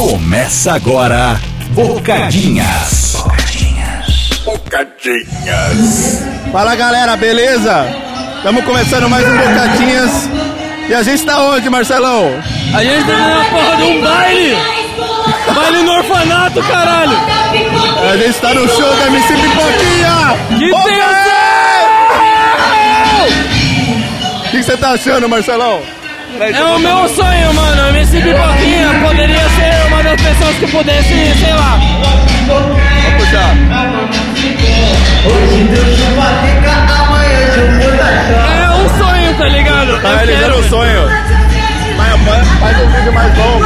Começa agora, Bocadinhas. Bocadinhas. Fala galera, beleza? Estamos começando mais um Bocadinhas. E a gente tá onde, Marcelão? A gente tá na porra de um baile! Baile no orfanato, caralho! A gente tá no show da MC Pipoquinha! Que Ô, tensão! O que você tá achando, Marcelão? É o meu sonho, mano. MC Pipoquinha poderia ser uma das pessoas que pudesse, sei lá. Vou puxar. É um sonho, tá ligado? Tá realizando o sonho. Mas, mas, Faz um vídeo mais longo.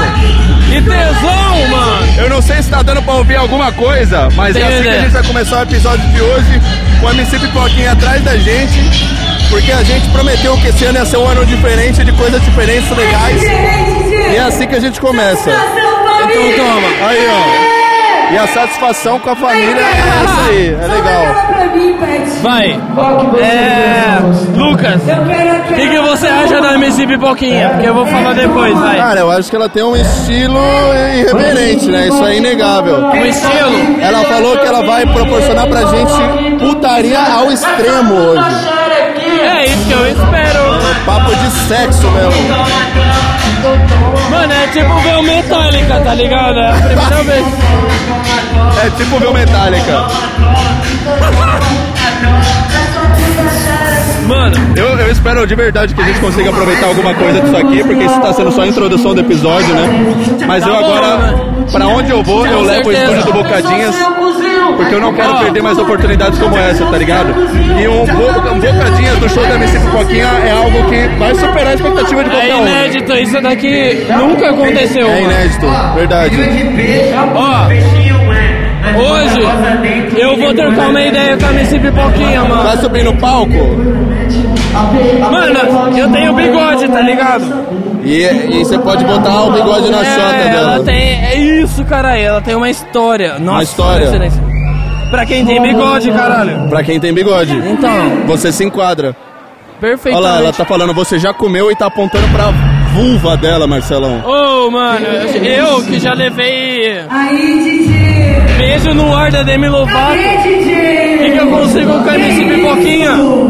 E tesão, mano! Eu não sei se tá dando pra ouvir alguma coisa, mas é Tem assim que a ideia. gente vai começar o episódio de hoje com a MC Pipoquinha atrás da gente. Porque a gente prometeu que esse ano ia ser um ano diferente, de coisas diferentes, legais. E é assim que a gente começa. Então toma. Aí, ó. E a satisfação com a família é essa aí, é legal. Vai! É. Lucas, o que, que você acha da MC Pipoquinha? Porque eu vou falar depois, vai. Cara, eu acho que ela tem um estilo irreverente, né? Isso é inegável. O um estilo. Ela falou que ela vai proporcionar pra gente putaria ao extremo hoje. É isso que eu espero. Papo de sexo mesmo. Mano, é tipo ver o Metallica, tá ligado? É a primeira vez. É tipo ver o Metallica. Mano, Eu, eu espero de verdade que a gente consiga aproveitar alguma coisa disso aqui, porque isso tá sendo só a introdução do episódio, né? Mas eu Tá bom, agora, né? pra onde eu vou, eu Com levo o certeza. estúdio do Bocadinhas, porque eu não quero Ó. perder mais oportunidades como essa, tá ligado? E um, bo um Bocadinhas do show da MC Pipoquinha é algo que vai superar a expectativa de é qualquer um. inédito, isso daqui nunca aconteceu. É mano. inédito, verdade. Ó, hoje eu vou trocar uma ideia com a MC Pipoquinha, Vai mano. subir no Tá palco Mano, eu tenho bigode, tá ligado? e e você pode botar o bigode na chota É, Tá ela dela. tem. É isso, caralho. Ela tem uma história. Nossa, história. excelência. Pra quem tem bigode, caralho. Pra quem tem bigode, Então, você se enquadra. Olha perfeitamente. lá, ela tá falando, você já comeu e tá apontando pra vulva dela, Marcelão. Ô, mano, eu que já levei Aí, DJ! beijo no ar da Demi Lovato. Aí, DJ! O que, que eu consigo com a MC Pipoquinha?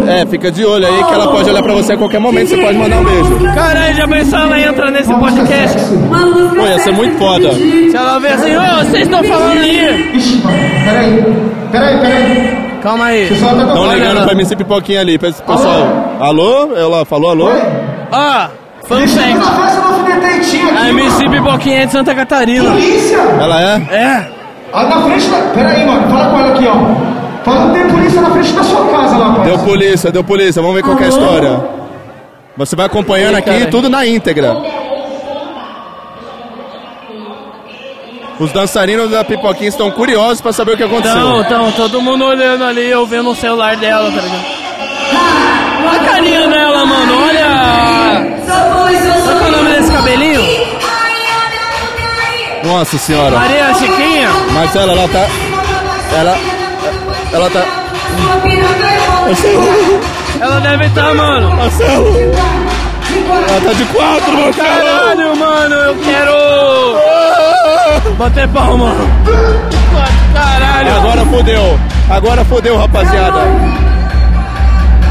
É, fica de olho aí que ela pode olhar pra você a qualquer momento, você pode mandar um beijo. Caralho, já pensou ela entra nesse podcast? Uma música Pô, ia ser muito foda. Se ela vê assim, ô, vocês estão falando aí. Ixi, mano, peraí, peraí, peraí. Calma aí. Só tá Tão tocando. ligando pra né? MC Pipoquinha ali, pra esse pessoal. Alô? Ela falou alô? Ó, fun Deixa eu fact. na festa do alfinetetinho A aqui. Ah, MC Pipoquinha é de Santa Catarina. Polícia! Ela é? É. Olha Ah, na frente da. Peraí, mano, fala com ela aqui, ó. Fala que tem polícia na frente da sua casa lá, Deu rapaz. polícia, deu polícia, vamos ver qual que é a história. Você vai acompanhando aqui tudo na íntegra. Os dançarinos da Pipoquinha estão curiosos pra saber o que Então, aconteceu. então, todo mundo olhando ali, eu vendo o celular dela, tá ligado? Olha a carinha dela, mano, olha. Só foi, só Sabe qual é o nome desse cabelinho? Nossa senhora. Maria É, Chiquinha. Marcela, ela tá. Ela. Ela tá. Ela deve estar, mano. Marcelo! Ela tá de quatro, Marcelo! Caralho, mano, eu quero. Bater palma. Caralho. Agora fodeu! Agora fodeu, rapaziada!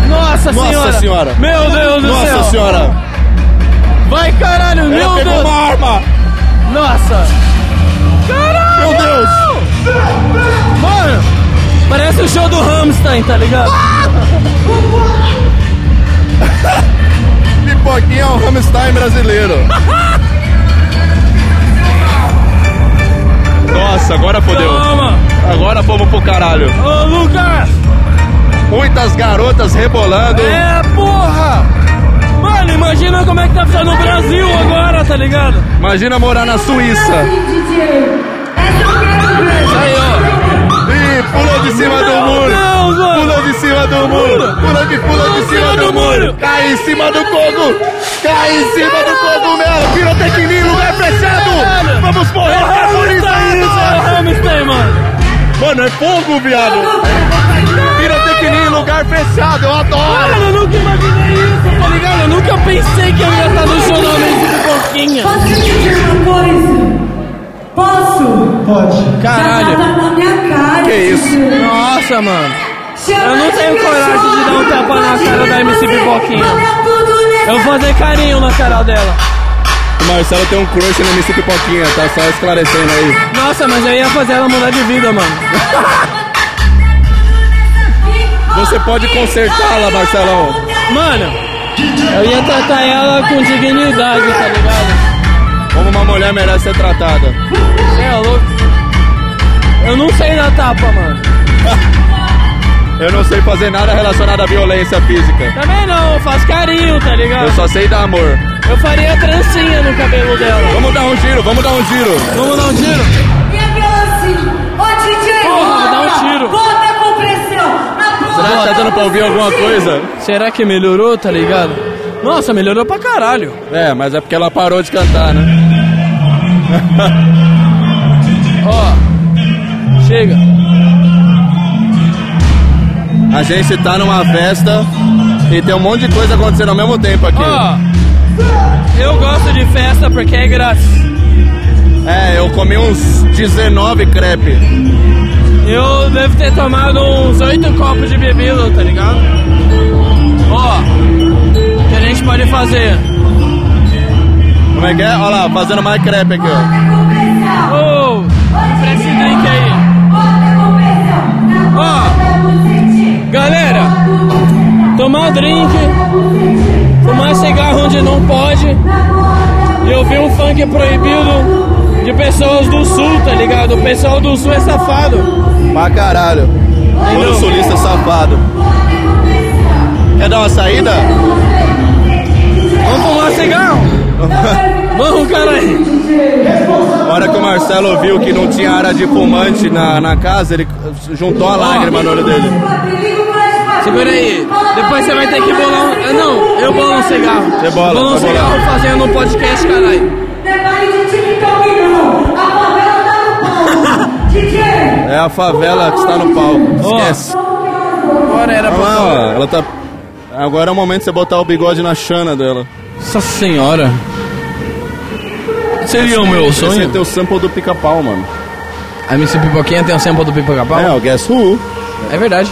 Nossa, Nossa senhora. senhora. Meu Deus do céu. Nossa senhora! Vai, caralho, Ela meu pegou Deus. uma arma! Nossa. Caralho. Meu Deus! Mano, parece o show do Hamstein, tá ligado? Pipoquinha é o Hamstein brasileiro! Nossa, agora fodeu! Toma. Agora fomos pro caralho! Ô, Lucas. Muitas garotas rebolando! É, porra. Mano, imagina como é que tá ficando o Brasil agora, tá ligado? Imagina morar na Suíça! Aí, ó. Ih, pulou de cima do Meu muro! Deus, mano. Pula de cima do muro, pula de pula de cima do muro, cai em cima do cogo, cai em cima do né? cogumelo, pirotecnia em lugar é fechado, vamos É morrer é terrorizados! Hamstein, É mano. né? Mano, é fogo, viado! Pirotecnia em lugar fechado, eu adoro! Cara, eu nunca imaginei isso, tá ligado? Eu nunca pensei que eu ia estar no show do Hamstein de Boquinha. Pode. Caralho. Tá na minha cara. Que isso? tio. Nossa, mano. Chama Eu não de tenho coragem cachorro, de dar um tapa na pode cara da MC fazer, Pipoquinha. olha tudo nessa Eu vou dar carinho na cara dela. O Marcelo tem um crush na MC Pipoquinha, tá só esclarecendo aí. Nossa, mas eu ia fazer ela mudar de vida, mano. Você pode consertá-la, Marcelão. Mano, eu ia tratar ela com dignidade, tá ligado? Como uma mulher merece ser tratada. Você é louco? Eu não sei dar tapa, mano. Eu não sei fazer nada relacionado à violência física. Também não, eu faço carinho, tá Eu ligado? só sei dar amor. Eu faria trancinha no cabelo dela. Vamos dar um giro, vamos dar um giro. Vamos dar um tiro? E aquela assim, ô DJ, Porra, volta, dá um tiro. volta com pressão, na porra. Será que tá dando pra ouvir alguma coisa? Será que melhorou, tá ligado? Nossa, melhorou pra caralho. É, mas é porque ela parou de cantar, né? Ó, chega. A gente tá numa festa e tem um monte de coisa acontecendo ao mesmo tempo aqui. Ó, eu gosto de festa porque é grátis. É, eu comi uns 19 crepe. Eu devo ter tomado uns oito copos de bebida, tá ligado? Ó, o que a gente pode fazer? Como é que é? Olha lá, fazendo mais crepe aqui, ó. Ô, pra esse drink aí. Galera, tomar drink, fumar cigarro onde não pode e ouvir um funk proibido de pessoas do sul, tá ligado? O pessoal do sul é safado. Pra caralho. Todo solista safado. Quer dar uma saída? Vamos fumar cigarro? Vamos, caralho. Na hora que o Marcelo viu que não tinha área de fumante na, na casa, ele juntou a lágrima no olho dele. Segura aí. Depois você vai ter que bolar um... Ah, Não, eu bolo um cigarro. Você bola, Bolo um vai bolar. cigarro fazendo um podcast, caralho. Detalhe de TikTok não, a favela tá no palco. DJ, É a favela que está no palco. Esquece. Agora era Olha pra... lá, ó, ela tá. Agora é o momento de você botar o bigode na chana dela. Nossa senhora. Seria o meu Você tem o é sample do pica-pau, mano. A MC Pipoquinha tem o sample do Pipoca-Pau? É, o Guess Who. É verdade.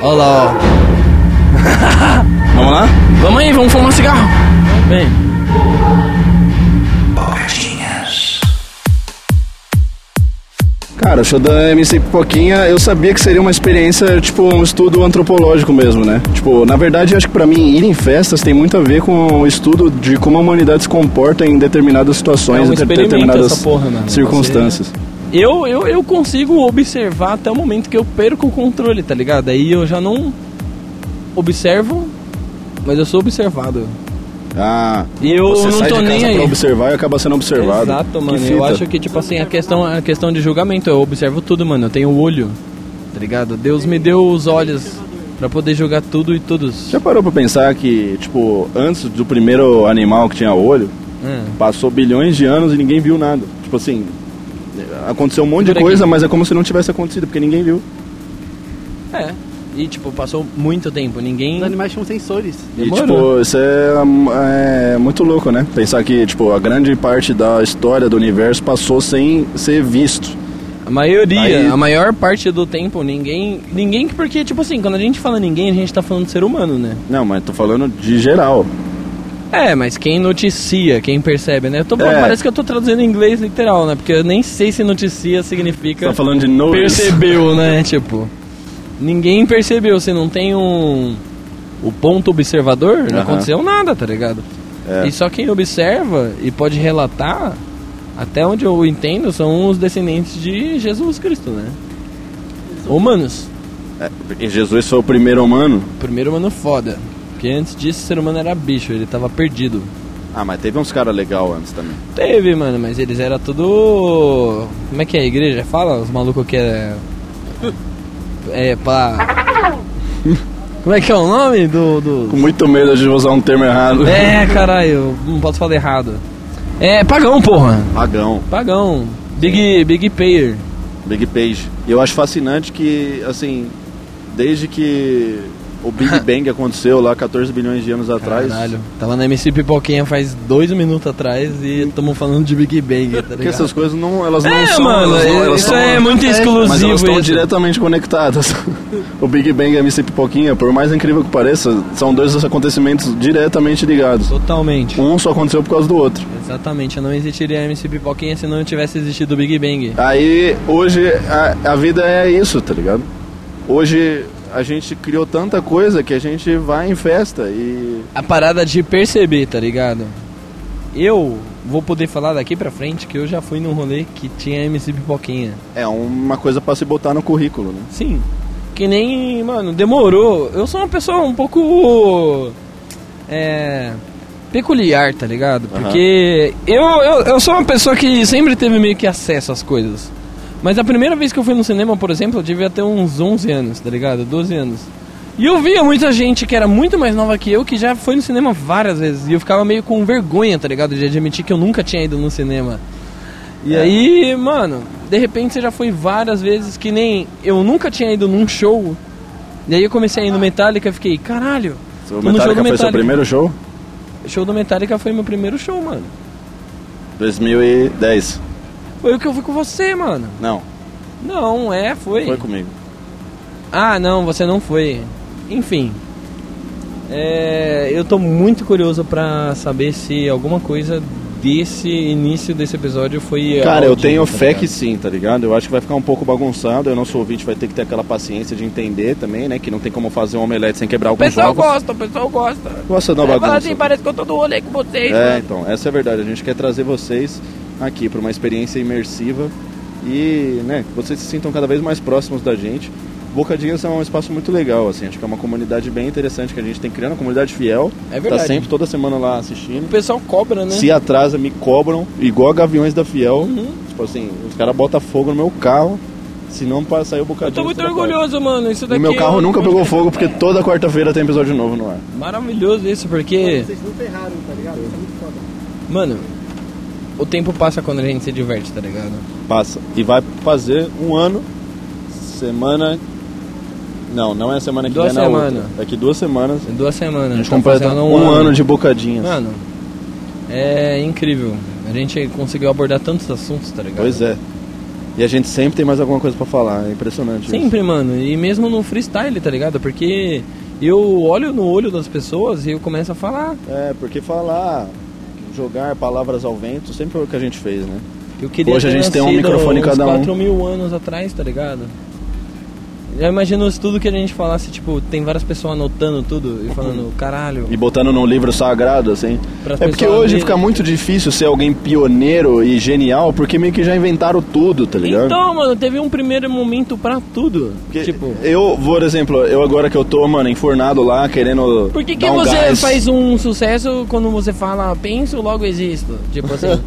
Olha lá, ó. Vamos lá? Vamos aí, vamos fumar cigarro. Bem. Cara, o show da MC Pipoquinha, eu sabia que seria uma experiência, tipo, um estudo antropológico mesmo, né? Tipo, na verdade, acho que pra mim, ir em festas tem muito a ver com o estudo de como a humanidade se comporta em determinadas situações, É um em de- experimento determinadas essa porra, mano. circunstâncias. Eu, eu, eu consigo observar até o momento que eu perco o controle, tá ligado? Aí eu já não observo, mas eu sou observado. Ah, E eu você não sai tô de casa nem aí. pra observar e acaba sendo observado. Exato, mano. Que Eu fita. acho que, tipo assim, a questão, a questão de julgamento, eu observo tudo, mano. Eu tenho o olho, tá ligado? Deus me deu os olhos pra poder julgar tudo e todos. Já parou pra pensar que, tipo, antes do primeiro animal que tinha olho, É. passou bilhões de anos e ninguém viu nada. Tipo assim, aconteceu um monte Por de aqui. coisa, mas é como se não tivesse acontecido, porque ninguém viu. É. E, tipo, passou muito tempo, ninguém. Os animais são sensores. E, Demorou. tipo, isso é, é muito louco, né? Pensar que, tipo, a grande parte da história do universo passou sem ser visto. A maioria, Aí- a maior parte do tempo, ninguém. Ninguém, que- porque, tipo assim, quando a gente fala ninguém, a gente tá falando de ser humano, né? Não, mas tô falando de geral. É, mas quem noticia, quem percebe, né? Eu tô- É. Parece que eu tô traduzindo em inglês literal, né? Porque eu nem sei se noticia significa. Tá falando de novo. percebeu, né? Tipo, ninguém percebeu. Se não tem um o ponto observador, não Aham. aconteceu nada, tá ligado? É. E só quem observa e pode relatar, até onde eu entendo, são os descendentes de Jesus Cristo, né? Humanos. Porque É, Jesus foi o primeiro humano. Primeiro humano foda. Porque antes disso o ser humano era bicho, ele tava perdido. Ah, mas teve uns caras legal antes também. Teve, mano, mas eles eram tudo. Como é que é a igreja? Fala, os malucos que é. É, pá. Como é que é o nome do. Com do... muito medo de usar um termo errado. É, caralho, não posso falar errado. É, pagão, porra. Pagão, Pagão. Big, big Payer. Big Page. E eu acho fascinante que, assim, desde que O Big Bang aconteceu lá 14 bilhões de anos atrás. Caralho. Tava na MC Pipoquinha faz dois minutos atrás e estamos falando de Big Bang, tá ligado? Porque essas coisas não, elas não É, são. mano, elas não- isso elas são- é muito Mas exclusivo elas estão isso. diretamente conectadas. o Big Bang e a MC Pipoquinha, por mais incrível que pareça, são dois acontecimentos diretamente ligados. Totalmente. Um só aconteceu por causa do outro. Exatamente, não existiria MC Pipoquinha se não tivesse existido o Big Bang. Aí hoje a, a vida é isso, tá ligado? Hoje a gente criou tanta coisa que a gente vai em festa e. A parada de perceber, tá ligado? Eu vou poder falar daqui pra frente que eu já fui num rolê que tinha MC Pipoquinha. É uma coisa pra se botar no currículo, né? Sim. Que nem, mano, demorou. Eu sou uma pessoa um pouco. É. peculiar, tá ligado? Porque eu, eu, eu sou uma pessoa que sempre teve meio que acesso às coisas. Mas a primeira vez que eu fui no cinema, por exemplo, eu devia ter uns 11 anos, tá ligado? 12 anos. E eu via muita gente que era muito mais nova que eu que já foi no cinema várias vezes. E eu ficava meio com vergonha, tá ligado? De admitir que eu nunca tinha ido no cinema. E aí, mano, de repente você já foi várias vezes que nem eu nunca tinha ido num show. E aí eu comecei a ir no Metallica e fiquei, caralho. O tô no Metallica show do foi seu Metallica. primeiro show? Show do Metallica foi meu primeiro show, mano. 2010. Foi o que eu fui com você, mano. Não, Não, é, foi. foi comigo. Ah, não, você não foi. Enfim. É, eu tô muito curioso pra saber se alguma coisa desse início desse episódio foi. Cara, eu áudio, tenho tá fé ligado? que sim, tá ligado? Eu acho que vai ficar um pouco bagunçado. Eu não sou ouvinte, vai ter que ter aquela paciência de entender também, né? Que não tem como fazer um omelete sem quebrar O alguns pessoal jogos. gosta, o pessoal gosta. Gosta da Aí fala bagunça. assim, parece que eu tô do olho aí com vocês, É, mano. então, essa é a verdade. A gente quer trazer vocês aqui para uma experiência imersiva e, né, que vocês se sintam cada vez mais próximos da gente. Bocadinhas é um espaço muito legal, assim, acho que é uma comunidade bem interessante que a gente tem criando, uma comunidade fiel. É verdade. Tá sempre toda semana lá assistindo. O pessoal cobra, né? Se atrasa, me cobram, igual Gaviões da Fiel. Uhum. Tipo assim, os caras botam fogo no meu carro, se não pa- sair o bocadinho. Eu tô muito estrapalha. orgulhoso, mano. Isso E daqui meu carro é um- nunca pegou fogo porque toda quarta-feira tem episódio novo no ar. Maravilhoso isso, porque. Vocês não ferraram, tá ligado? Isso é muito foda. Mano, o tempo passa quando a gente se diverte, tá ligado? Passa. E vai fazer um ano, semana. Não, não é semana que Duas vem, é na semanas. outra. Daqui duas semanas. Em duas semanas. A gente tá completa fazendo um, ano. de bocadinhas. Mano, é incrível. A gente conseguiu abordar tantos assuntos, tá ligado? Pois é. E a gente sempre tem mais alguma coisa pra falar. É impressionante. isso. Sempre, mano. E mesmo no freestyle, tá ligado? Porque eu olho no olho das pessoas e eu começo a falar. É, porque falar, jogar palavras ao vento, sempre foi o que a gente fez, né? Eu queria Hoje a ter gente tem um nascido microfone uns cada um. 4 mil anos atrás, tá ligado? Eu imagino se tudo que a gente falasse, tipo, tem várias pessoas anotando tudo e falando, caralho. Uhum. E botando num livro sagrado, assim. Pras É porque pessoas hoje lerem. fica muito difícil ser alguém pioneiro e genial, porque meio que já inventaram tudo, tá ligado? Então, mano, teve um primeiro momento pra tudo. Porque tipo, eu, por exemplo, eu agora que eu tô, mano, enfurnado lá, querendo. por que, que dar um você gás. faz um sucesso quando você fala, penso, logo existo? Tipo assim,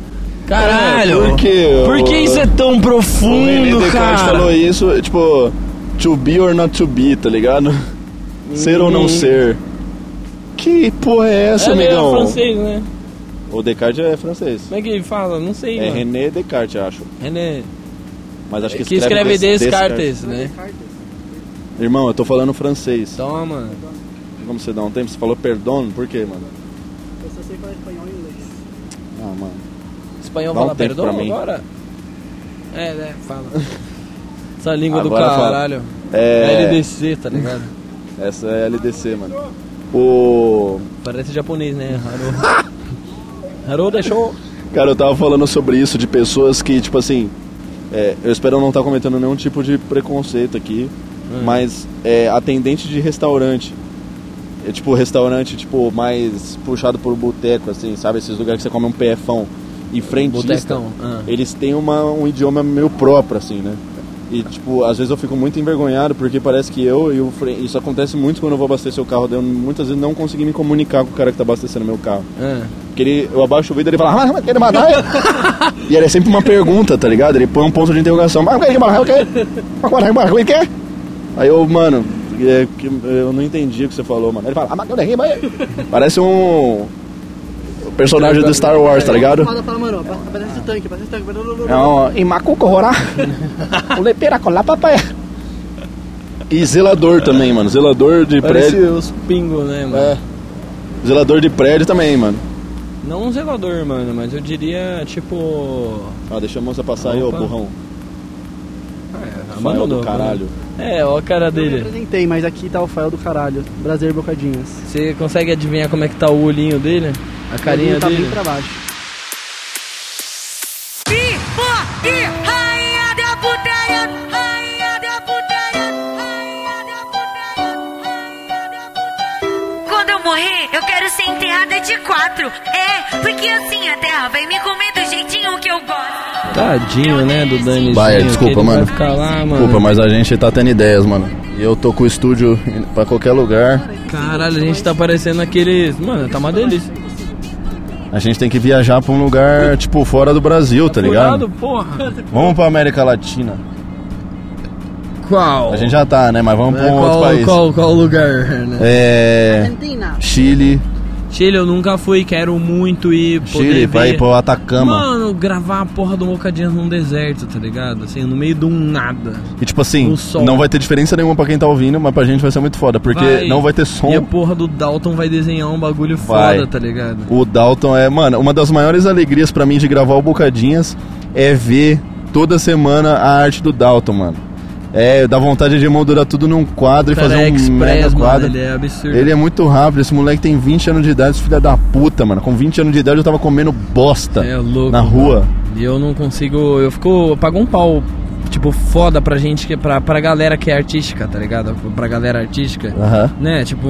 caralho, É, porque por que o- isso é tão O René profundo, Descartes cara? falou isso, tipo, to be or not to be, tá ligado? Ser ou não Uhum. ser. Que porra é essa, Ele amigão? é francês, né? O Descartes é francês. Como é que ele fala? Não sei, É mano. René Descartes, acho. René. Mas acho que, que escreve, Des- Descartes, né? Descartes. Irmão, eu tô falando francês. Toma. Como você dá um tempo? Você falou perdão? Por quê, mano? Eu só sei falar espanhol e inglês. Ah, mano. Espanhol Dá um fala tempo perdão pra mim. agora? É, né? Fala. Essa língua Agora do fala. caralho. É. LDC, tá ligado? Essa é a LDC, mano. O. Parece japonês, né? Haru. Haru deixou. Cara, eu tava falando sobre isso, de pessoas que, tipo assim. é, eu espero não estar cometendo nenhum tipo de preconceito aqui, mas é, atendente de restaurante. É tipo restaurante, tipo, mais puxado por boteco, assim, sabe? Esses lugares que você come um pefão. E frentista, Botecão. ah. eles têm uma, um idioma meio próprio, assim, né? E, tipo, às vezes eu fico muito envergonhado porque parece que eu e o fre... Isso acontece muito quando eu vou abastecer o carro, daí eu muitas vezes não consegui me comunicar com o cara que tá abastecendo meu carro. Ah. Porque ele, eu abaixo o vidro e ele fala, ah, mas quer matar? e era sempre uma pergunta, tá ligado? Ele põe um ponto de interrogação, mas quer matar? Quer? Agora, agora, o que é? Aí eu, mano, é, que eu não entendi o que você falou, mano. Ele fala, ah, mas quer matar? Parece um personagem do Star Wars, tá ligado? Fala, fala, mano. pa- Parece tanque, parece tanque. blá, blá, blá, blá. É um imacuco horá. O lepera colar, papai. E zelador também, mano. Zelador de Parece prédio. os pingos, né, mano? É. Zelador de prédio também, mano. Não um zelador, mano, mas eu diria, tipo... Ó, Ah, deixa a moça passar aí, ô Opa. burrão. Fael ah, mandou, É, do caralho. mano. É, ó a cara Eu me dele. apresentei, mas aqui tá o fael do caralho. Brasil Bocadinhas. Você consegue adivinhar como é que tá o olhinho dele? A carinha Ele tá dele? bem pra baixo. rainha da putaria, rainha da putaria, rainha da putaria, rainha da putaria. Quando eu morrer, eu quero ser enterrada de quatro. É, porque assim a terra vai me comer do jeitinho que eu gosto. Tadinho, né, do Danizinho. Vai, que desculpa, ele mano. Vai ficar lá, mano. Desculpa, mas a gente tá tendo ideias, mano. E eu tô com o estúdio pra qualquer lugar. Caralho, a gente tá parecendo aqueles... Mano, tá uma delícia. A gente tem que viajar pra um lugar, tipo, fora do Brasil, tá ligado? Curado, porra. Vamos pra América Latina. Qual? é A gente já tá, né? Mas vamos pra um outro qual, país. qual, qual lugar, né? É. Argentina. Chile. Chile, eu nunca fui, quero muito ir. É. Poder Chile, ver. vai pro Atacama. Mano, gravar a porra do Mocadinhas num deserto, tá ligado? Assim, no meio de um nada. E tipo assim, O som. não vai ter diferença nenhuma pra quem tá ouvindo, mas pra gente vai ser muito foda, porque não vai ter som. E é a porra do Dalton vai desenhar um bagulho Vai. foda, tá ligado? O Dalton é, mano, uma das maiores alegrias pra mim de gravar o Bocadinhas é ver toda semana a arte do Dalton, mano. É, dá vontade de moldurar tudo num quadro e Cara, fazer um é mega Express, mano, quadro. ele é absurdo. Ele é muito rápido, esse moleque tem 20 anos de idade, esse filho da puta, mano. Com 20 anos de idade eu tava comendo bosta É louco, na rua. E eu não consigo. Eu fico. Eu pago um pau, tipo, foda pra gente, que pra, pra galera que é artística, tá ligado? Pra galera artística. Aham. Né, tipo.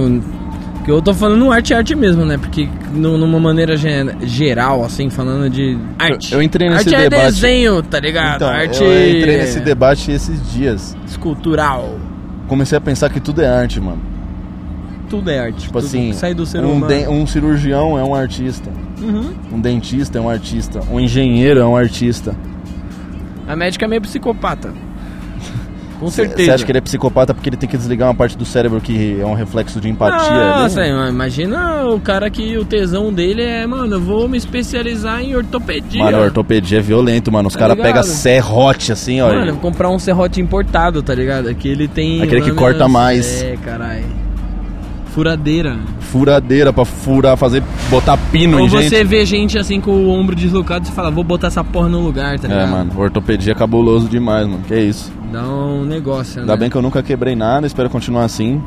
Que eu tô falando arte arte mesmo, né? Porque no- numa maneira ge- geral, assim, falando de arte. Eu- eu entrei nesse arte debate. é desenho, tá ligado? Então, arte eu entrei nesse debate esses dias. escultural. Comecei a pensar que tudo é arte, mano. Tudo é arte. Tipo tudo assim, que sai do ser um, humano. den- um cirurgião é um artista, Uhum. um dentista é um artista, um engenheiro é um artista. A médica é meio psicopata. Com certeza. Você acha que ele é psicopata porque ele tem que desligar uma parte do cérebro que é um reflexo de empatia? né? Nossa, ali? imagina o cara que o tesão dele é, mano, eu vou me especializar em ortopedia. Mano, a ortopedia é violento, mano. Os Tá caras ligado? pegam serrote assim, ó. Mano, vou comprar um serrote importado, tá ligado? Que ele tem. Aquele que mano, corta mais. É, caralho. Furadeira. Furadeira pra furar, fazer, botar pino Ou em você gente. vê gente assim com o ombro deslocado e fala, vou botar essa porra no lugar, tá ligado? É, mano, ortopedia é cabuloso demais, mano. Que isso. Dá um negócio, Ainda né? bem que eu nunca quebrei nada, espero continuar assim.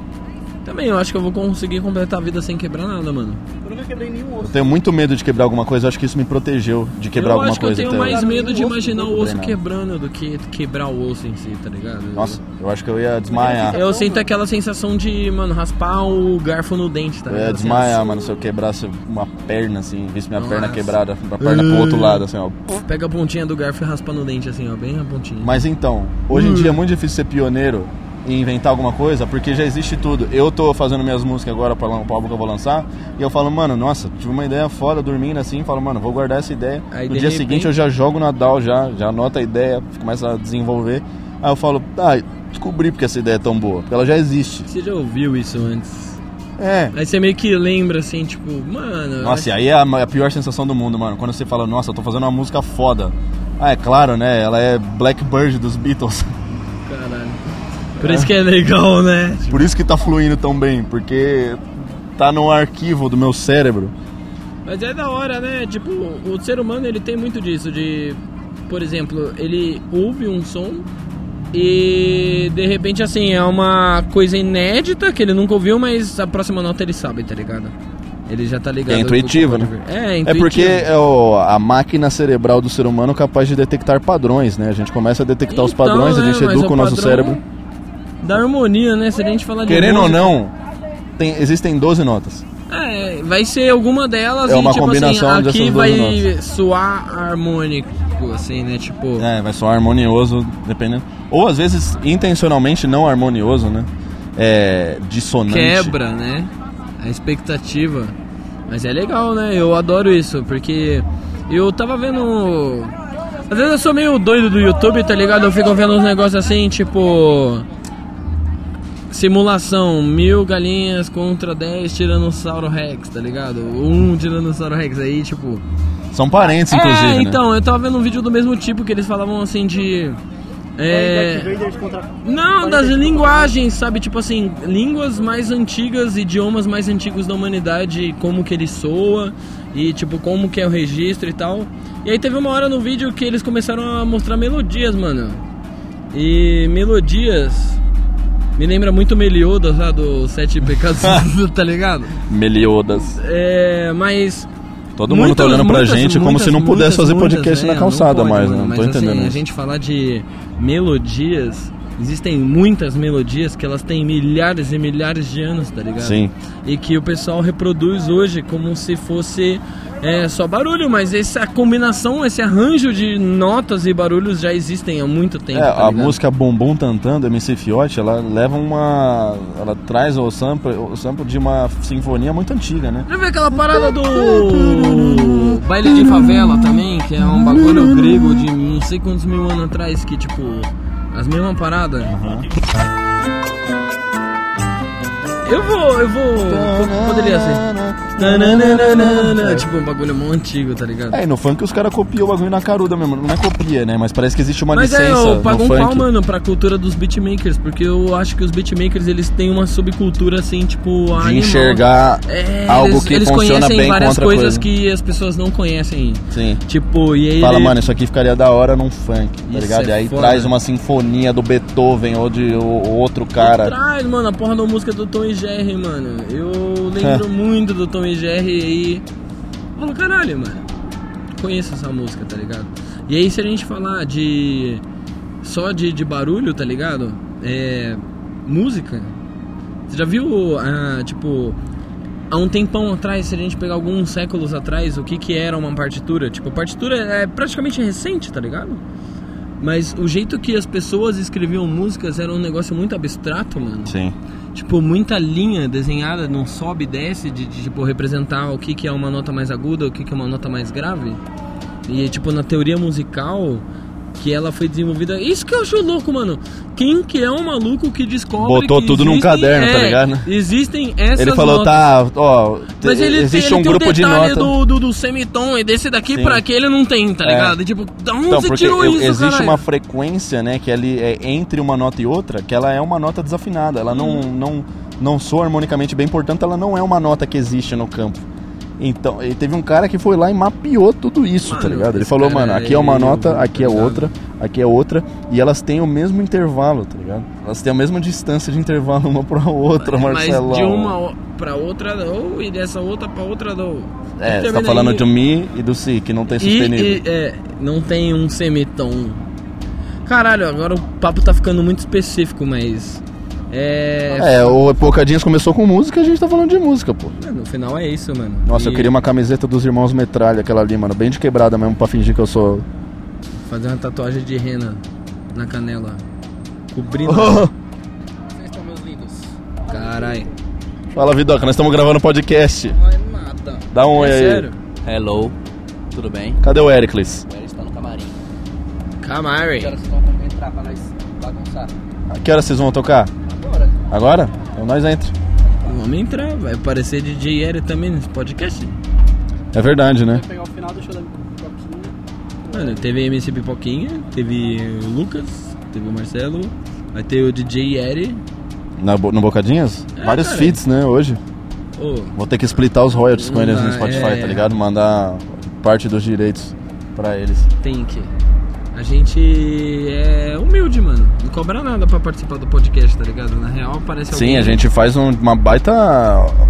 Também eu acho que eu vou conseguir completar a vida sem quebrar nada, mano. Eu nunca quebrei nenhum Eu osso. tenho muito medo de quebrar alguma coisa, eu acho que isso me protegeu de quebrar eu alguma acho que eu coisa. tenho até hoje. mais hoje. medo de Eu nunca imaginar o osso quebrei quebrando do que quebrar o osso em si, tá ligado? Nossa, eu acho que eu ia desmaiar. Eu sinto aquela sensação de, mano, raspar o garfo no dente, tá Eu ia ligado? desmaiar, mano, se eu quebrasse uma perna assim, visse minha perna Nossa. quebrada, a perna pro outro lado, assim, ó. Assim, pega a pontinha do garfo e raspa no dente, assim, ó, bem a pontinha. Mas então, hoje em dia é muito difícil ser pioneiro e inventar alguma coisa, porque já existe tudo. Eu tô fazendo minhas músicas agora pra lan- pro álbum que eu vou lançar, e eu falo, mano, nossa, tive uma ideia foda dormindo assim, falo, mano, vou guardar essa ideia. Aí, no de dia repente- seguinte eu já jogo na DAW, já, já anoto a ideia, começa a desenvolver. Aí eu falo, ah, descobri porque essa ideia é tão boa, porque ela já existe. Você já ouviu isso antes? É. Aí você meio que lembra, assim, tipo, mano... eu Nossa, e aí é a, ma- a pior sensação do mundo, mano. Quando você fala, nossa, eu tô fazendo uma música foda. Ah, é claro, né? Ela é Blackbird dos Beatles. acho- Caralho. Por isso que é legal, né? Por isso que tá fluindo tão bem, porque tá no arquivo do meu cérebro. Mas é da hora, né? Tipo, o ser humano ele tem muito disso, de, por exemplo, ele ouve um som e de repente assim, é uma coisa inédita que ele nunca ouviu, mas a próxima nota ele sabe, tá ligado? Ele já tá ligado. É intuitivo, né? É, É intuitivo. porque é o- a máquina cerebral do ser humano é capaz de detectar padrões, né? A gente começa a detectar os Então, padrões, a né, gente mas educa o nosso padrão cérebro. Da harmonia, né? Se a gente falar de Querendo ou música- não, tem- existem 12 notas. É, vai ser alguma delas É uma e tipo combinação assim, dessas aqui duas vai notas. soar harmônico, assim, né? Tipo, É, vai soar harmonioso, dependendo. Ou às vezes intencionalmente não harmonioso, né? É. dissonante. quebra, né? A expectativa. Mas é legal, né? Eu adoro isso, porque eu tava vendo. Às vezes eu sou meio doido do YouTube, tá ligado? Eu fico vendo uns negócios assim, tipo. Simulação, mil galinhas contra 10 tiranossauro rex, tá ligado? Um tiranossauro rex aí, tipo. São parentes, inclusive. É, né? então, eu tava vendo um vídeo do mesmo tipo que eles falavam assim de. Darth É, Vader contra... não, das linguagens, sabe? Tipo assim, línguas mais antigas, idiomas mais antigos da humanidade, como que ele soa e tipo como que é o registro e tal. E aí teve uma hora no vídeo que eles começaram a mostrar melodias, mano. E melodias me lembra muito Meliodas lá do Sete Pecados, tá ligado? Meliodas. É, mas Todo mundo tá olhando pra gente como se não pudesse fazer podcast né? na calçada mais, né? Não tô entendendo. Assim, a isso. gente falar de melodias, existem muitas melodias que elas têm milhares e milhares de anos, tá ligado? Sim. E que o pessoal reproduz hoje como se fosse é, só barulho, mas essa combinação, esse arranjo de notas e barulhos já existem há muito tempo. É, tá a ligado? música Bombom Tantando, MC Fiote, ela leva uma. Ela traz o sample, o sample de uma sinfonia muito antiga, né? Já viu aquela parada do baile de favela também, que é um Uhum. bagulho grego de não sei quantos mil anos atrás, que tipo, as mesmas paradas. Uhum. Eu vou, eu vou, vou- poderia ser. Nananana, Tipo um bagulho mó antigo, tá ligado? É, e no funk os caras copiam o bagulho na caruda mesmo. Não é copia, né? Mas parece que existe uma Mas é, licença eu no pago um funk. pau, mano, pra cultura dos beatmakers, porque eu acho que os beatmakers, eles têm uma subcultura, assim, tipo, de animal. enxergar É, algo eles, que eles funciona conhecem bem com várias outra coisas coisa. que as pessoas não conhecem. Sim. Tipo, e aí Fala, ele- mano, isso aqui ficaria da hora num funk, tá Isso ligado? é e aí foda. traz uma sinfonia do Beethoven ou de ou- ou outro cara. Traz, mano, a porra da música do Tom e Jerry, mano. Eu lembro É. muito do Tom e Jerry e aí. Mano, caralho, mano. Conheço essa música, tá ligado? E aí, se a gente falar de. Só de, de barulho, tá ligado? É. Música. Você já viu, ah, tipo. Há um tempão atrás, se a gente pegar alguns séculos atrás, o que que era uma partitura? Tipo, partitura é praticamente recente, tá ligado? Mas o jeito que as pessoas escreviam músicas era um negócio muito abstrato, mano. Sim. Tipo, muita linha desenhada, não sobe e desce, de, de, tipo, representar o que, que é uma nota mais aguda, o que, que é uma nota mais grave. E, tipo, na teoria musical, que ela foi desenvolvida... Isso que eu acho louco, mano. Quem que é um maluco que descobre Botou que tudo num existem- caderno, tá é, ligado? Existem essas Ele falou, notas. tá, ó, Mas te- ele, existe ele um tem grupo o de detalhe notas. do, do, do semitom, e desse daqui Sim. pra aquele não tem, tá É. ligado? E, tipo, da onde Então, você porque tirou eu- isso, existe caralho? uma frequência, né, que ali é entre uma nota e outra, que ela é uma nota desafinada, ela não, Hum. não, não soa harmonicamente bem, portanto ela não é uma nota que existe no campo. Então, e teve um cara que foi lá e mapeou tudo isso, tá Mano, ligado? Ele esse falou, cara mano, é aqui é uma meio nota, aqui é pesado. outra, aqui é outra, e elas têm o mesmo intervalo, tá ligado? Elas têm a mesma distância de intervalo uma pra outra, Marcelão. É, Mas de uma o- pra outra não, e dessa outra pra outra não. É, você tá Termina falando aí. de Mi e do Si, que não tem sustenido. e, e, é, não tem um semitom. Caralho, agora o papo tá ficando muito específico, mas. É. É, o Pocadinhas começou com música e a gente tá falando de música, pô. No final é isso, mano. Nossa, eu E queria uma camiseta dos irmãos Metralha, aquela ali, mano, bem de quebrada mesmo, pra fingir que eu sou. Fazer uma tatuagem de rena na canela. Cobrindo. Oh. Vocês estão meus lindos. Caralho. Fala, Vidoca, nós estamos gravando podcast. Não é nada. Dá um oi é aí. sério? Hello, tudo bem? Cadê o Ericles? O Eric está no camarim. Camari. Que horas vocês vão entrar pra nós bagunçar? A que hora vocês vão tocar? Agora. Agora? Então nós entra. Vamos entrar, vai aparecer DJ Eric também nesse podcast. É verdade, né? Pegar o final do show da Coquinha. Mano, teve MC Pipoquinha, teve o Lucas, teve o Marcelo, vai ter o DJ Eri. Na, bo- no Bocadinhas? É, Vários cara. feats, né, hoje. Ô, Vou ter que splitar os royalties com Não eles dá, no Spotify, é, tá é. ligado? Mandar parte dos direitos pra eles. tem que. A gente é humilde, mano. Não cobra nada pra participar do podcast, tá ligado? Na real, aparece Sim, alguém- a gente faz um- uma baita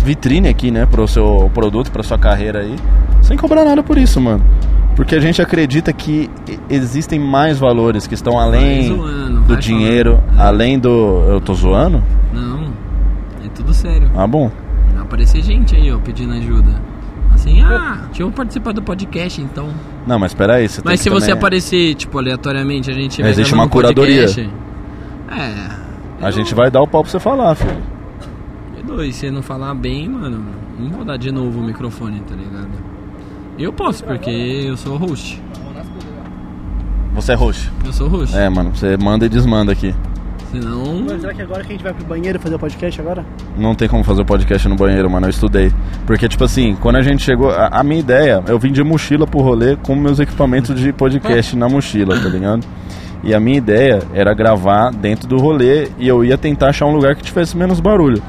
vitrine aqui, né, pro seu produto, pra sua carreira aí, sem cobrar nada por isso, mano. Porque a gente acredita que e- existem mais valores que estão além zoando, do vai É. dinheiro, além do. Eu tô zoando? Não, é tudo sério. Ah, bom. Vai aparecer gente aí, ó, pedindo ajuda. Assim, ah, deixa eu participar do podcast então. Não, mas peraí, você tem Mas que se você também- aparecer, tipo, aleatoriamente, a gente Mas vai existe gravar uma um podcast. curadoria. É, A gente vai dar o pau pra você falar, filho. E dois, se não falar bem, mano, não vou dar de novo o microfone, tá ligado? Eu posso, porque eu sou host. Você é roxo. Eu sou host. É, mano, você manda e desmanda aqui. Senão. Mano, será que agora que a gente vai pro banheiro fazer o podcast agora? Não tem como fazer o podcast no banheiro, mano. Eu estudei. Porque, tipo assim, quando a gente chegou. A, a minha ideia, eu vim de mochila pro rolê com meus equipamentos de podcast na mochila, tá ligado? E a minha ideia era gravar dentro do rolê e eu ia tentar achar um lugar que tivesse menos barulho.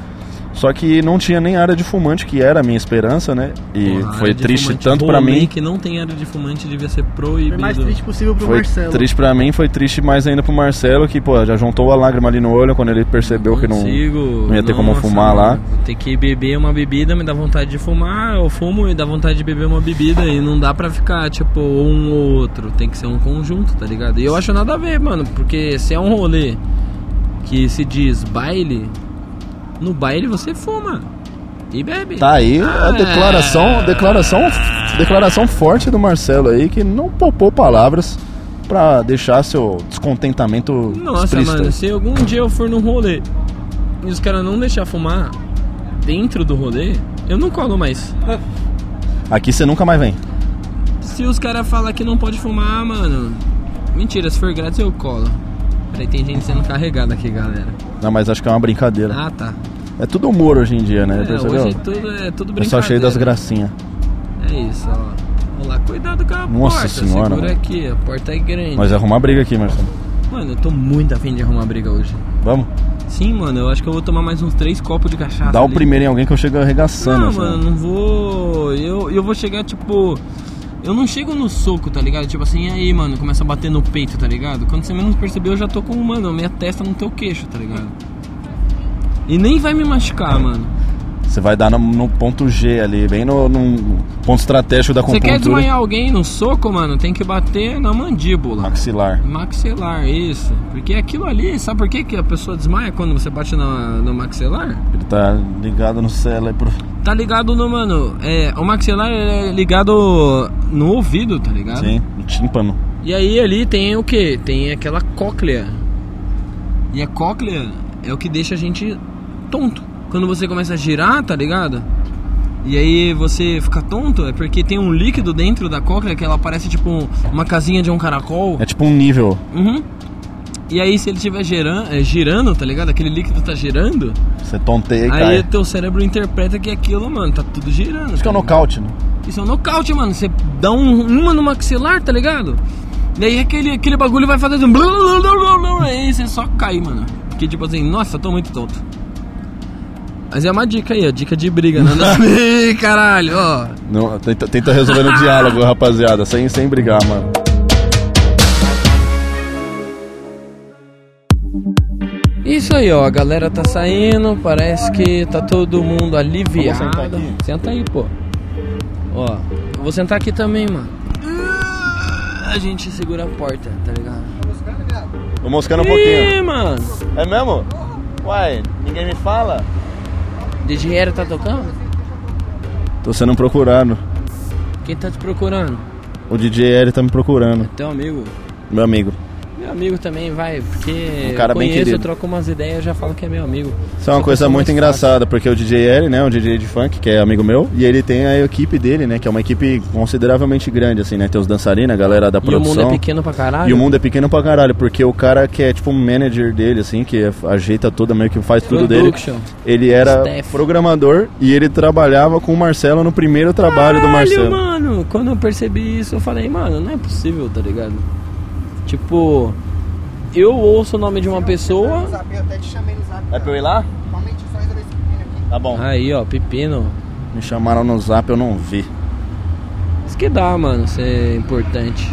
Só que não tinha nem área de fumante, que era a minha esperança, né? E Porra, foi área de triste fumante. tanto pra Rolê mim. que não tem área de fumante devia ser Foi proibido. mais triste possível pro Foi Marcelo. triste pra mim, foi triste mais ainda pro Marcelo, que, pô, já juntou a lágrima ali no olho quando ele percebeu que não, Consigo, não ia ter como nossa, fumar lá. mano. Tem que beber uma bebida, me dá vontade de fumar, eu fumo e dá vontade de beber uma bebida e não dá pra ficar, tipo, um ou outro. Tem que ser um conjunto, tá ligado? E eu acho nada a ver, mano, porque se é um rolê que se diz baile, no baile você fuma e bebe. Tá aí a É. declaração, declaração, declaração forte do Marcelo aí, que não poupou palavras pra deixar seu descontentamento Nossa, explícito. mano, se algum dia eu for num rolê e os caras não deixar fumar dentro do rolê, eu não colo mais. Aqui você nunca mais vem. Se os caras falam que não pode fumar, mano. Mentira, se for grátis eu colo. Peraí, tem gente sendo carregada aqui, galera. Não, mas acho que é uma brincadeira. Ah, tá. É tudo humor hoje em dia, né? É, percebeu? hoje é tudo, é tudo eu só brincadeira. cheio das gracinhas. É isso, ó. Vamos lá, cuidado com a Nossa porta. senhora, Segura mano. aqui, a porta é grande. Nós ia arrumar briga aqui, Marcelo. Mano, eu tô muito afim de arrumar briga hoje. Vamos? Sim, mano, eu acho que eu vou tomar mais uns três copos de cachaça. Dá um o ali. primeiro em alguém que eu chego arregaçando. Não, assim. mano, não vou. Eu, eu vou chegar, tipo. Eu não chego no soco, tá ligado? Tipo assim, e aí, mano, começa a bater no peito, tá ligado? Quando você menos percebeu, eu já tô com, mano, minha testa no teu queixo, tá ligado? E nem vai me machucar, mano. Você vai dar no, no ponto G ali, bem no, num ponto estratégico da Você quer acupuntura. desmaiar alguém no soco, mano? Tem que bater na mandíbula. Maxilar. Maxilar, isso. Porque aquilo ali, sabe por que que a pessoa desmaia quando você bate na, no maxilar? Ele tá ligado no cérebro. Tá ligado no, mano, é, o maxilar é ligado no ouvido, tá ligado? Sim, no tímpano. E aí ali tem o que? Tem aquela cóclea. E a cóclea é o que deixa a gente tonto. Quando você começa a girar, tá ligado? E aí você fica tonto, é porque tem um líquido dentro da cóclea que ela parece tipo uma casinha de um caracol. É tipo um nível. Uhum. E aí se ele estiver girando, girando, tá ligado? Aquele líquido tá girando, Você tonteia e cai. aí teu cérebro interpreta que aquilo, mano, tá tudo girando. Isso que é tá o nocaute, né? isso é um nocaute, mano. Você dá um- uma no maxilar, tá ligado? E aí aquele, aquele bagulho vai fazendo. blá, blá, blá, blá, blá, Aí você só cai, mano. Porque tipo assim, nossa, eu tô muito tonto. Mas é uma dica aí, ó. Dica de briga, né? Ih, caralho, ó. Não, tenta, tenta resolver no diálogo, rapaziada, sem, sem brigar, mano. Isso aí, ó. A galera tá saindo. Parece que tá todo mundo aliviado. Vamos sentar aqui? Senta aí, pô. Ó, eu vou sentar aqui também, mano. A gente segura a porta, tá ligado? Tô moscando um Ih, pouquinho. mano. É mesmo? Uai, ninguém me fala? DJ Hero tá tocando? Tô sendo procurado. Quem tá te procurando? O DJ L tá me procurando, Teu amigo. meu amigo. Meu amigo também vai, porque Um cara eu bem conheço, querido. eu troco umas ideias, eu já falo que é meu amigo. Isso é uma Só coisa que muito tá mais engraçada, porque o DJ L, né, um DJ de funk, que é amigo meu, e ele tem a equipe dele, né, que é uma equipe consideravelmente grande, assim, né, tem os dançarinos, a galera da fácil. E o produção. mundo é pequeno pra caralho. E o mundo é pequeno pra caralho, porque o cara que é tipo um manager dele, assim, que é- ajeita tudo, meio que faz tudo dele. Production. Ele era Staff. programador e ele trabalhava com o Marcelo no primeiro trabalho do Caralho, é Marcelo. mano, quando eu percebi isso, eu falei, mano, não é possível, tá ligado? Tipo, eu ouço o nome de uma pessoa. Eu até te chamei no zap. É pra eu ir lá? Somente só resolver esse pepino aqui. Tá bom. Aí, ó, pepino. Me chamaram no zap, eu não vi. Isso que dá, mano, isso é importante.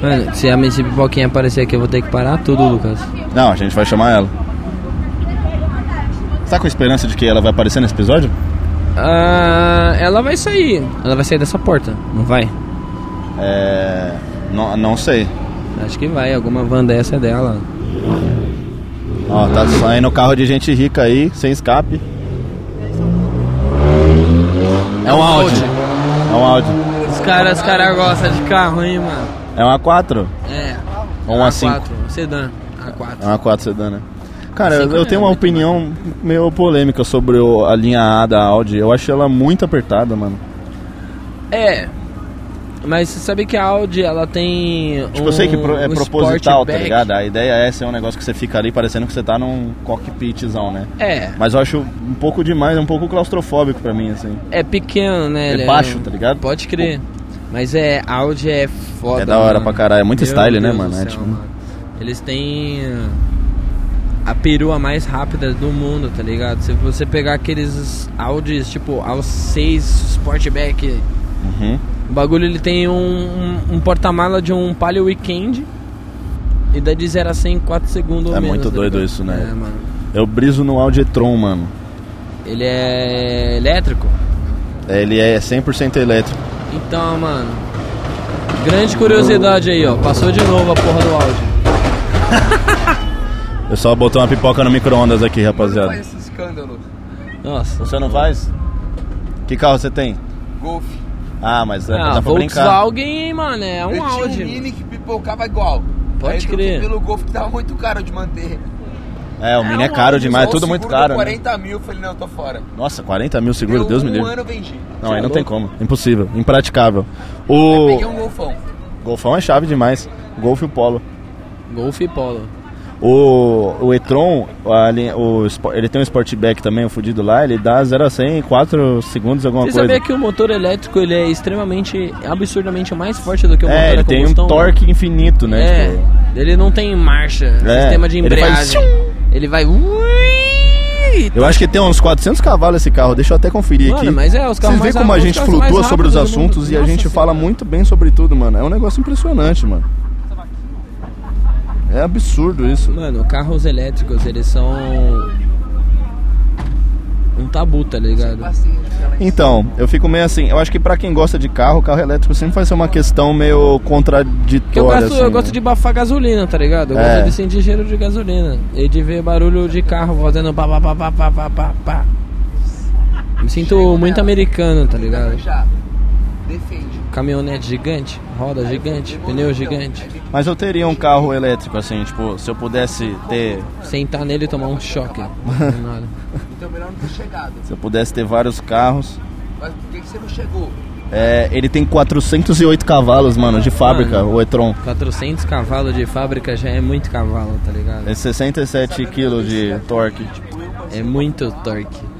Mano, se a Miss Pipoquinha aparecer aqui, eu vou ter que parar tudo, Lucas. Não, a gente vai chamar ela. Você tá com esperança de que ela vai aparecer nesse episódio? Ah, ela vai sair. Ela vai sair dessa porta, não vai? É. Não, não sei. Acho que vai, alguma van dessa é dela. Ó, tá saindo carro de gente rica aí, sem escape. É um Audi. É um Audi. Os caras os cara gostam de carro, hein, mano? É uma 4? É. Ou uma 5? A4, sedã. É A4. uma 4 sedã, né? Cara, eu, Cinco eu é tenho uma muito opinião meio polêmica sobre o- a linha A da Audi. Eu acho ela muito apertada, mano. É. Mas você sabe que a Audi, ela tem. Tipo, um, eu sei que pro- é um proposital, tá Sportback. ligado? A ideia é ser um negócio que você fica ali parecendo que você tá num cockpitzão, né? É. Mas eu acho um pouco demais, é um pouco claustrofóbico pra mim, assim. É pequeno, né? É ele baixo, tá ligado? Pode crer. Mas é. a Audi é foda. É da hora pra caralho, é muito Meu style, né, Deus mano? do É céu, tipo- mano. Eles têm a perua mais rápida do mundo, tá ligado? Se você pegar aqueles Audis, tipo, aos 6 Sportback, Uhum. o bagulho ele tem um, um, um porta-mala de um Palio Weekend e dá de 0 a 100 em 4 segundos ou É menos, muito tá doido ligado? isso, né? É, mano. Eu briso no Audi e-tron, mano. Ele é elétrico. Ele é 100% elétrico. Então, mano. Grande curiosidade aí, ó. Passou de novo a porra do áudio. Eu só botei uma pipoca no micro-ondas aqui, rapaziada. esse escândalo. Nossa. Você não faz? Que carro você tem? Golf. Ah, mas é, Ah, dá pra brincar. Volkswagen, mano, é um eu áudio. tinha um Mini que pipocava igual. Pode Aí troquei crer. pelo Golf que tava muito caro de manter. É, o Mini é um caro Audi, demais, só o tudo muito seguro deu caro. né? 40 mil, eu falei, não, eu tô fora. Nossa, 40 mil seguro, Deu Deus um me livre. ano eu vendi. Não, aí é não tem louco. como. Impossível, impraticável. Peguei O um golfão. Golfão é chave demais. Golf e o Polo. Golf e Polo. O, o e-tron, a linha- o, spo- ele tem um Sportback também, o fudido lá, ele dá 0 a 100 em 4 segundos, alguma Você coisa. sabia que o motor elétrico ele é extremamente, absurdamente mais forte do que o motor é, ele a tem um combustão? né? torque infinito, né? É, tipo- ele não tem marcha, É, sistema de ele faz embreagem. Ele vai... ui, Eu acho que tem uns 400 cavalos esse carro, deixa eu até conferir Mano, aqui. mas é, os carros Vocês veem mais como a rápidos, gente os carros mais flutua sobre os rápidos do mundo. assuntos e a Nossa gente fala muito bem sobre tudo, mano. É um negócio impressionante, mano. É absurdo isso. Mano, carros elétricos, eles são um tabu, tá ligado? Assim, Então, eu fico meio assim, eu acho que pra quem gosta de carro, carro elétrico sempre vai ser uma questão meio Porque eu contraditória. gosto, assim, eu gosto né? de bafar gasolina, tá ligado? Eu É. gosto de sentir cheiro de gasolina e de ver barulho de carro fazendo pá pá pá pá pá pá pá pá. Me sinto muito americano, tá ligado? Já. Defende. Caminhonete gigante, roda gigante, pneu gigante. Mas eu teria um carro elétrico, assim, tipo, se eu pudesse ter. Sentar nele e tomar um choque. Não, nada. Então melhor não ter chegado. Se eu pudesse ter vários carros. Mas por que, que você não chegou? É, ele tem 408 cavalos, mano, de fábrica, Mano. o e-tron. 400 cavalos de fábrica já é muito cavalo, tá ligado? É 67 kg de torque. É muito torque.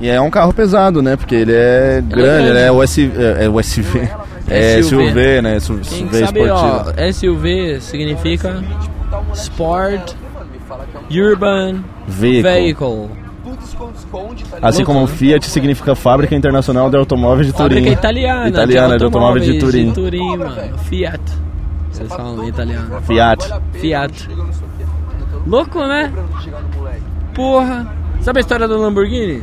E é um carro pesado, né? Porque ele é grande, grande. ele é USV. É, é USV. É SUV, SUV, né? SUV Quem esportivo. sabe, ó, SUV significa Sport Urban Vehicle. Vehicle. Tudo esconde-esconde, tá ligado? Assim como o Fiat significa Fábrica Internacional de Automóveis de Turim. né? Fábrica italiana. Italiana de automóveis de Turim. De Turim, mano. Fiat. Vocês falam italiano. Fiat. Fiat. Louco, né? Porra. Sabe a história do Lamborghini?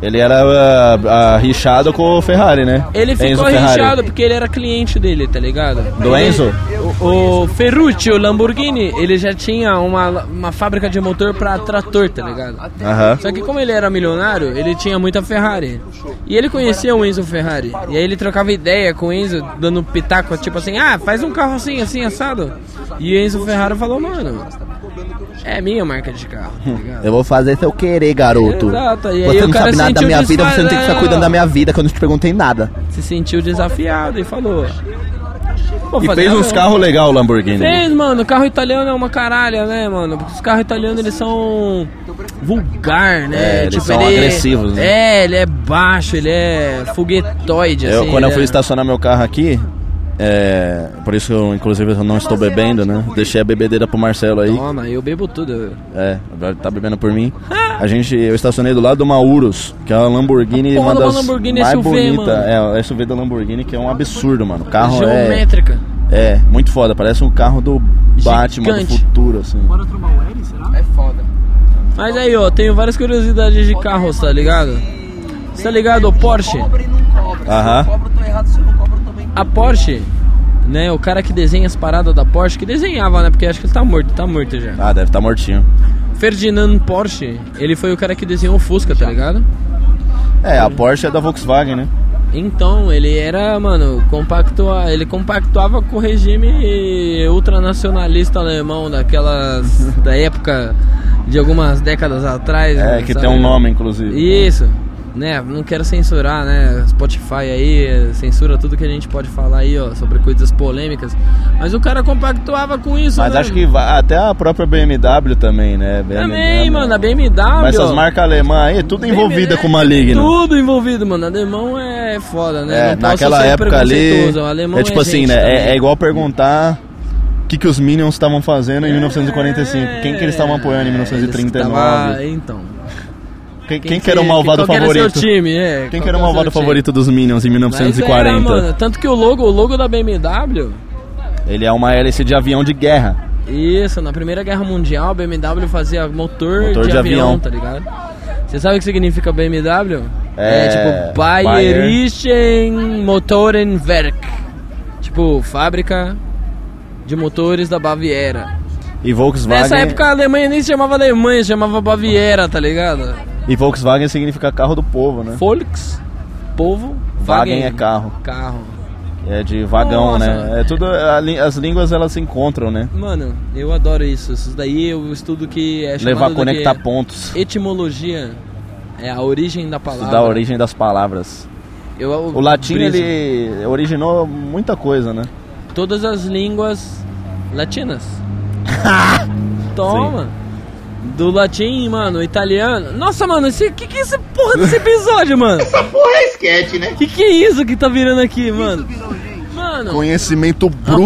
Ele era ah, ah, rixado com o Ferrari, né? Ele ficou recheado porque ele era cliente dele, tá ligado? Do Ele- Enzo? O, o Ferrucci, o Lamborghini, ele já tinha uma, uma fábrica de motor pra trator, tá ligado? Aham. Só que como ele era milionário, ele tinha muita Ferrari. E ele conhecia o Enzo Ferrari. E aí ele trocava ideia com o Enzo, dando pitaco, tipo assim, ah, faz um carro assim, assim, assado. E o Enzo Ferrari falou, mano, é minha marca de carro, tá ligado? Eu vou fazer seu querer, garoto. Exato, e aí você o não cara sabe nada da sentiu minha vida, você não tem que desfaz- ficar cuidando da minha vida que eu não te perguntei nada. Se sentiu desafiado e falou. "Vou E fazer fez a uns mesma". carros legais o Lamborghini. né? Fez, mano, carro italiano é uma caralha, né, mano? Porque os carros italianos eles são vulgar, né? É, eles são agressivos, né? É, ele é baixo, ele é foguetoide, Eu, assim. quando eu ele fui é- estacionar meu carro aqui, é, por isso que eu, inclusive, eu não estou bebendo, né? Deixei a bebedeira pro Marcelo aí. Toma, eu bebo tudo. É, agora ele tá bebendo por mim. A gente, eu estacionei do lado de uma Urus, que é uma Lamborghini, A porra uma de uma das Lamborghini mais SUV, bonitas. mano. É, a SUV da Lamborghini, que é um absurdo, mano. O carro é, Geométrica. é muito foda, parece um carro do Batman do Gigante. futuro, assim. Bora trocar o L, será? É foda. Mas aí, ó, tenho várias curiosidades de carros, tá ligado? Você tá ligado? O Porsche. Cobra e não cobra. Aham. Se eu cobro, eu tô errado. Se eu não cobro, eu também. A Porsche, né? O cara que desenha as paradas da Porsche, que desenhava, né? Porque acho que ele tá morto, tá morto já. Ah, deve estar mortinho. Ferdinand Porsche, ele foi o cara que desenhou o Fusca, tá ligado? É, a Porsche é da Volkswagen, né? Então, ele era, mano, compactua, ele compactuava com o regime ultranacionalista alemão daquelas da época de algumas décadas atrás. É, né, que sabe? tem um nome, inclusive. Isso. Né, não quero censurar, né? Spotify aí eh, censura tudo que a gente pode falar aí, ó, sobre coisas polêmicas. Mas o cara compactuava com isso, Mas né? acho que va- até a própria BMW também, né? também, BMW, mano, né? a BMW. Mas essas ó, marcas alemãs aí, tudo envolvida com maligno. é Tudo envolvido, mano. Alemão é foda, né? É, Não posso naquela ser época ali. preconceituoso. O alemão é tipo assim, gente né? também. É, é igual perguntar que, que os Minions estavam fazendo em 1945. Quem que eles estavam apoiando em É. Eles 1939? tava- Então. Quem, quem que era o malvado qual que era seu favorito? time, é, Quem qual que era o que era malvado seu time? favorito dos Minions em Mas é, era, 1940? mano, tanto que o logo, o logo da BMW, Ele é uma hélice de avião de guerra. isso, na Primeira Guerra Mundial, a BMW fazia motor, Motor de, de avião, avião. tá ligado? Você sabe o que significa BMW? É, tipo Bayer- Bayerischen Motorenwerk. Tipo, fábrica de motores da Baviera. E Volkswagen. Nessa época a Alemanha nem se chamava Alemanha, se chamava Baviera, tá ligado? E Volkswagen significa carro do povo, né? Volks, povo, Wagen é carro. Carro. É de vagão, Nossa, né? É tudo. a li- as línguas elas se encontram, né? Mano, eu adoro isso. Isso daí eu estudo que é chamado Levar do conectar que pontos. Etimologia é a origem da palavra. Da origem das palavras. Eu, eu O latim briso. ele originou muita coisa, né? Todas as línguas latinas. Toma. Do latim, mano, italiano. Nossa, mano, esse que que é essa porra desse episódio, mano? Essa porra é sketch, né? Que que é isso que tá virando aqui, mano? Mano, Conhecimento A Ah,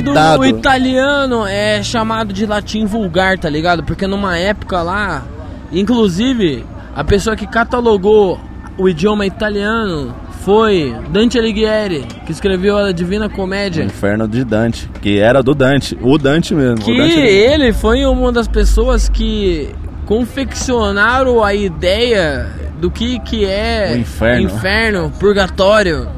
porra Do, o italiano é chamado de latim vulgar, tá ligado? Porque numa época lá, inclusive, a pessoa que catalogou o idioma italiano foi Dante Alighieri, que escreveu a Divina Comédia. Inferno de Dante, que era do Dante, o Dante mesmo. o Que Dante mesmo. ele foi uma das pessoas que confeccionaram a ideia do que, que é O inferno. inferno, purgatório,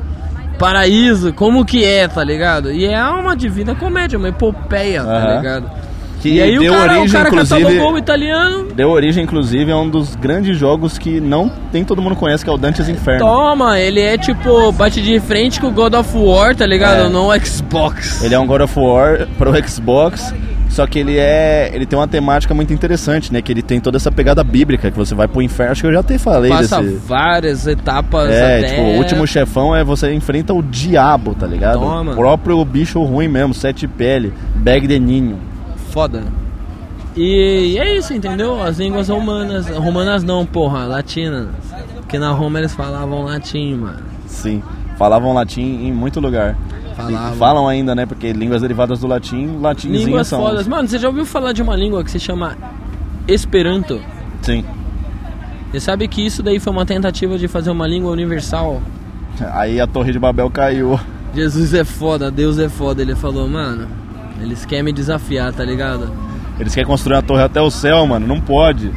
paraíso, como que é, tá ligado? E é uma divina comédia, uma epopeia, tá Aham. ligado? Que e aí deu o cara, origem, o cara inclusive. catalogou o italiano, Deu origem, inclusive, a um dos grandes jogos que não tem todo mundo conhece, que é o Dante's Inferno. toma, ele é tipo, bate de frente com o God of War, tá ligado? É. No Xbox. Ele é um God of War pro Xbox, só que ele é. Ele tem uma temática muito interessante, né? Que ele tem toda essa pegada bíblica, que você vai pro inferno, acho que eu já até falei Passa é desse. várias etapas É, até... tipo, o último chefão é você enfrenta o diabo, tá ligado? Toma. O próprio bicho ruim mesmo, sete pele, bag de ninho. Foda. E, e é isso, entendeu? As línguas romanas. Romanas não, porra, latinas. Porque na Roma eles falavam latim, mano. Sim. Falavam latim em muito lugar. Falavam. E falam ainda, né? Porque línguas derivadas do latim, latinzinho Línguas são. fodas. Mano, você já ouviu falar de uma língua que se chama Esperanto? Sim. Você sabe que isso daí foi uma tentativa de fazer uma língua universal? Aí a Torre de Babel caiu. Jesus é foda, Deus é foda. Ele falou, mano, eles querem me desafiar, tá ligado? Eles querem construir uma torre até o céu, mano. Não pode.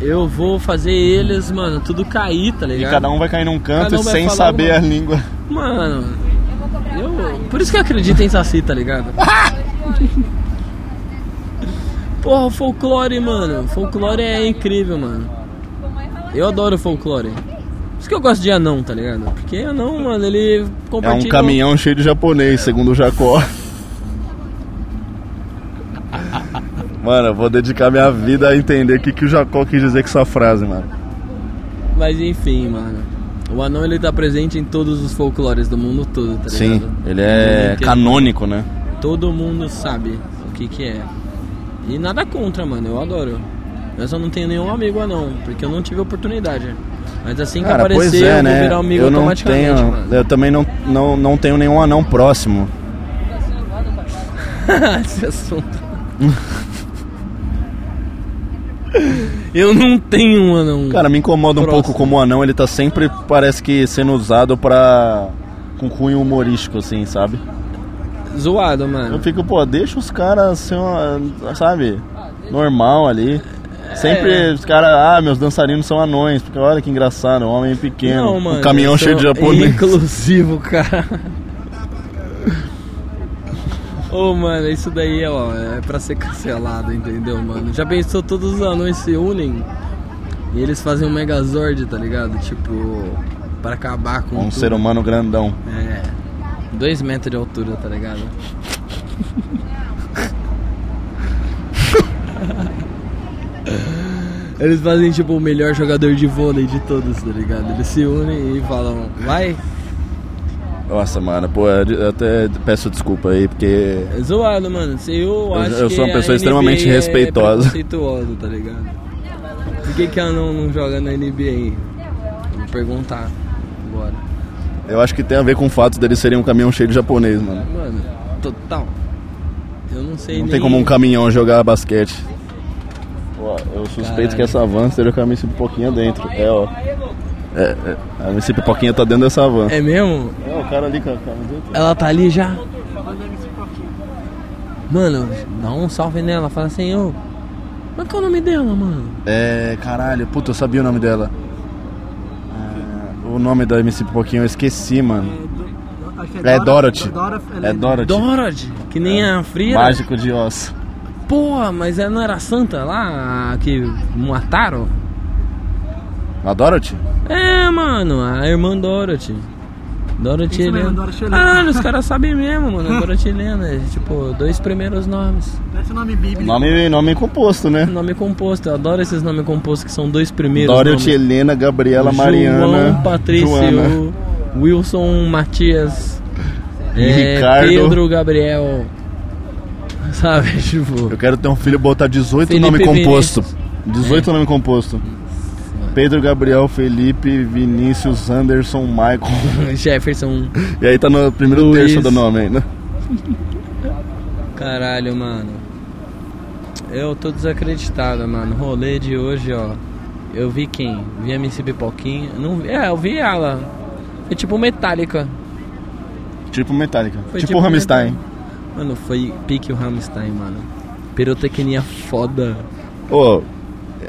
Eu vou fazer eles, mano, tudo cair, tá E ligado? cada um vai cair num canto Cada um vai sem falar saber alguma- a língua. Mano, eu. Por isso que eu acredito em Saci, tá ligado? Porra, o folclore, mano. Folclore é incrível, mano. Eu adoro folclore. Por isso que eu gosto de anão, tá ligado? Porque anão, mano, ele É compartilha. um caminhão cheio de japonês, segundo o Jacó. mano, eu vou dedicar minha vida a entender o que, que o Jacó quis dizer com essa frase, mano. Mas enfim, mano. O anão ele tá presente em todos os folclores do mundo todo, tá ligado? ele é canônico, né? Todo mundo sabe o que que é. E nada contra, mano, eu adoro. Eu só não tenho nenhum amigo anão, porque eu não tive oportunidade. Mas assim que Cara, pois aparecer, é, eu vou né? virar amigo eu não automaticamente, tenho, mano. eu também não, não, não tenho nenhum anão próximo. Esse assunto. eu não tenho um anão. Cara, me incomoda um Próximo. pouco como o anão, ele tá sempre parece que sendo usado pra com cunho humorístico assim, sabe? Zoado, Eu mano. fico, pô, deixa os caras ser uma, sabe, normal ali. Sempre os caras, ah, meus dançarinos são anões, porque olha que engraçado, um homem pequeno, um caminhão eu cheio de sou japonês. Inclusivo, cara. Ô, mano, isso daí ó, é pra ser cancelado, entendeu, mano? Já pensou, todos os anões se unem e eles fazem um megazord, tá ligado? Tipo, pra acabar com Um tudo. ser humano grandão. É. Dois metros de altura, tá ligado? Eles fazem tipo o melhor jogador de vôlei de todos, tá ligado? Eles se unem e falam, vai, Nossa, mano, pô, eu até peço desculpa aí, porque é zoado, mano. Se eu acho eu que sou uma a pessoa extremamente NBA respeitosa. É preconceituosa, tá ligado? Por que, que ela não, não joga na NBA? Vou perguntar agora. eu acho que tem a ver com o fato deles serem um caminhão cheio de japonês, mano. Mano, total. Eu não sei Não nem... tem como um caminhão jogar basquete. Ó, eu suspeito Caralho. que essa van esteja com a Miss Pipoquinha dentro. É, ó. É, é, a Miss Pipoquinha tá dentro dessa van. É mesmo? É, o cara ali com a camiseta. Ela tá ali já? Mano, dá um salve nela, fala assim, ô. Mas qual é o nome dela, mano? É, caralho, puta, eu sabia o nome dela. Ah, o nome da MC Pipoquinha eu esqueci, mano. Acho que É Dorothy. Dora, É Dorothy. Dorothy, que nem É. a Frida. Mágico de Oz. Porra, mas ela não era a santa lá a que mataram? A Dorothy? É, mano, a irmã Dorothy. Dorothy Isso mesmo, Helena. Dorothy Helena. Caralho, os caras sabem mesmo, mano. Dorothy Helena, tipo, dois primeiros nomes. Parece o nome bíblico. Nome, nome composto, né? Nome composto, eu adoro esses nomes compostos que são dois primeiros nomes. Dorothy Helena, Gabriela, Mariana. João, Patrício, Joana. Wilson, Matias, é, Ricardo. Pedro, Gabriel. Sabe, tipo. Eu quero ter um filho e botar 18 Felipe nome composto. 18 nome composto. Pedro, Gabriel, Felipe, Vinícius, Anderson, Michael. Jefferson. E aí tá no primeiro Luiz. terço do nome ainda. Caralho, mano. Eu tô desacreditado, mano. Rolê de hoje, ó. Eu vi quem? Vi a MC Pipoquinha. Não vi. É, eu vi ela. Foi tipo Metallica. Tipo Metallica. Foi tipo tipo o Rammstein. Mano, foi pique o Rammstein, mano. Pirotecnia foda. Ô,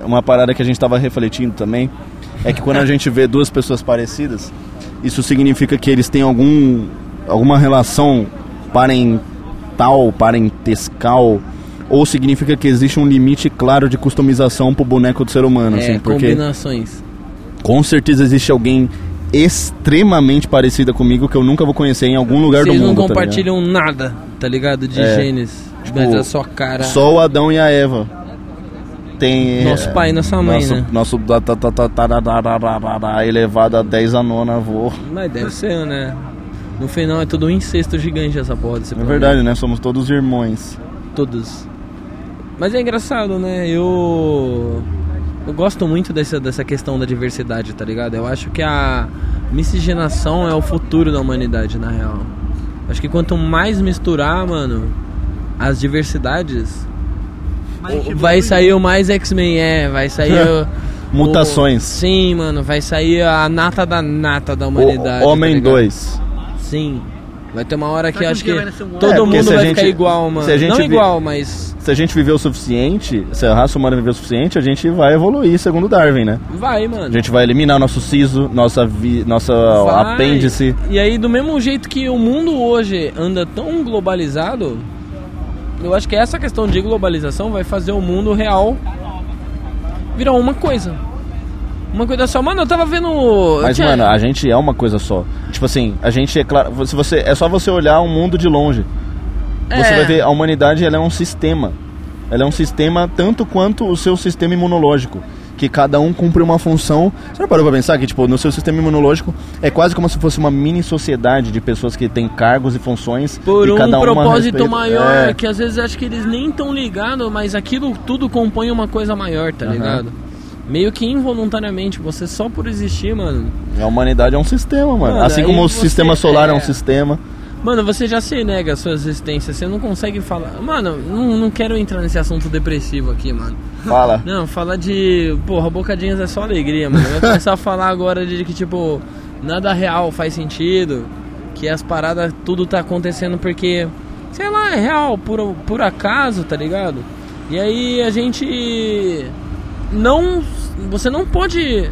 uma parada que a gente tava refletindo também é que quando a gente vê duas pessoas parecidas, isso significa que eles têm algum alguma relação parental, parentescal, ou significa que existe um limite claro de customização pro boneco do ser humano, é, assim, porque combinações. com certeza existe alguém extremamente parecida comigo que eu nunca vou conhecer em algum lugar Vocês do não mundo. tá ligado? compartilham nada, tá ligado? De É, genes. tipo, mas a sua cara. Só o Adão e a Eva. Tem. é, Nosso pai e nossa mãe, nosso, né? Nosso da- ta- ta- ta- tarararararara elevado a 10 a nona avô. Mas deve ser, né? No final é tudo um incesto gigante essa porra desse É planeta. verdade, né? Somos todos irmãos. Todos. Mas é engraçado, né? Eu. Eu gosto muito dessa, dessa questão da diversidade, tá ligado? Eu acho que a miscigenação é o futuro da humanidade, na real. Acho que quanto mais misturar, mano, as diversidades, Mas a gente vai evolui. sair o mais X-Men, é, vai sair o- Mutações. o- sim, mano, vai sair a nata da nata da humanidade. O- tá homem ligado? 2. Sim. Vai ter uma hora que Será que acho um que dia vai nascer um homem? todo É, porque mundo se a vai gente- ficar igual, mano. se a gente Não vi- igual, mas Se a gente viver o suficiente, se a raça humana viver o suficiente, a gente vai evoluir, segundo Darwin, né? vai, mano. A gente vai eliminar nosso siso, nossa, vi, nossa Vai. apêndice. E aí, do mesmo jeito que o mundo hoje anda tão globalizado, eu acho que essa questão de globalização vai fazer o mundo real virar uma coisa. Uma coisa só. Mano, eu tava vendo. eu Mas, tinha- mano, a gente é uma coisa só. Tipo assim, a gente é claro. Se você, é só você olhar o mundo de longe. Você É. vai ver, a humanidade ela é um sistema. Ela é um sistema tanto quanto o seu sistema imunológico. Que cada um cumpre uma função. Você não parou pra pensar que, tipo, no seu sistema imunológico é quase como se fosse uma mini sociedade de pessoas que têm cargos e funções. por e um cada uma propósito respeita- maior, É. que às vezes acho que eles nem tão ligados, mas aquilo tudo compõe uma coisa maior, tá ligado? Meio que involuntariamente, você só por existir, mano. A humanidade é um sistema, mano. Mano, assim aí como o você- sistema solar é, é. um sistema. Mano, você já se nega a sua existência, você não consegue falar. Mano, não, não quero entrar nesse assunto depressivo aqui, mano. Fala. Não, falar de. Porra, bocadinhas é só alegria, mano. Vai começar a falar agora de que, tipo, nada real faz sentido, que as paradas, tudo tá acontecendo porque, sei lá, é real, por, por acaso, tá ligado? E aí a gente. Não. Você não pode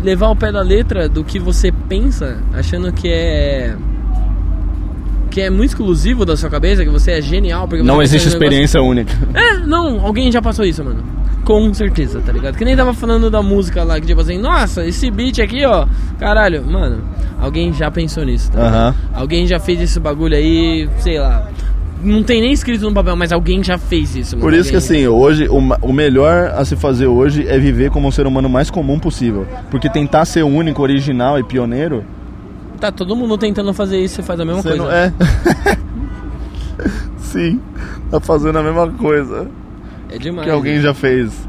levar o pé da letra do que você pensa, achando que é. Que é muito exclusivo da sua cabeça, que você é genial. Porque Não você existe pensa num negócio- experiência única. é, não, alguém já passou isso, mano. Com certeza, tá ligado? Que nem tava falando da música lá, que tipo assim, nossa, esse beat aqui, ó, caralho, mano, alguém já pensou nisso, tá ligado? Aham. Alguém já fez esse bagulho aí, sei lá. Não tem nem escrito no papel, mas alguém já fez isso, mano. Por isso que alguém- assim, hoje o, ma- o melhor a se fazer hoje é viver como um ser humano mais comum possível. Porque tentar ser único, original e pioneiro, Tá todo mundo tentando fazer isso, você faz a mesma assim, você coisa. não é. Sim, tá fazendo a mesma coisa É demais. que alguém né? já fez.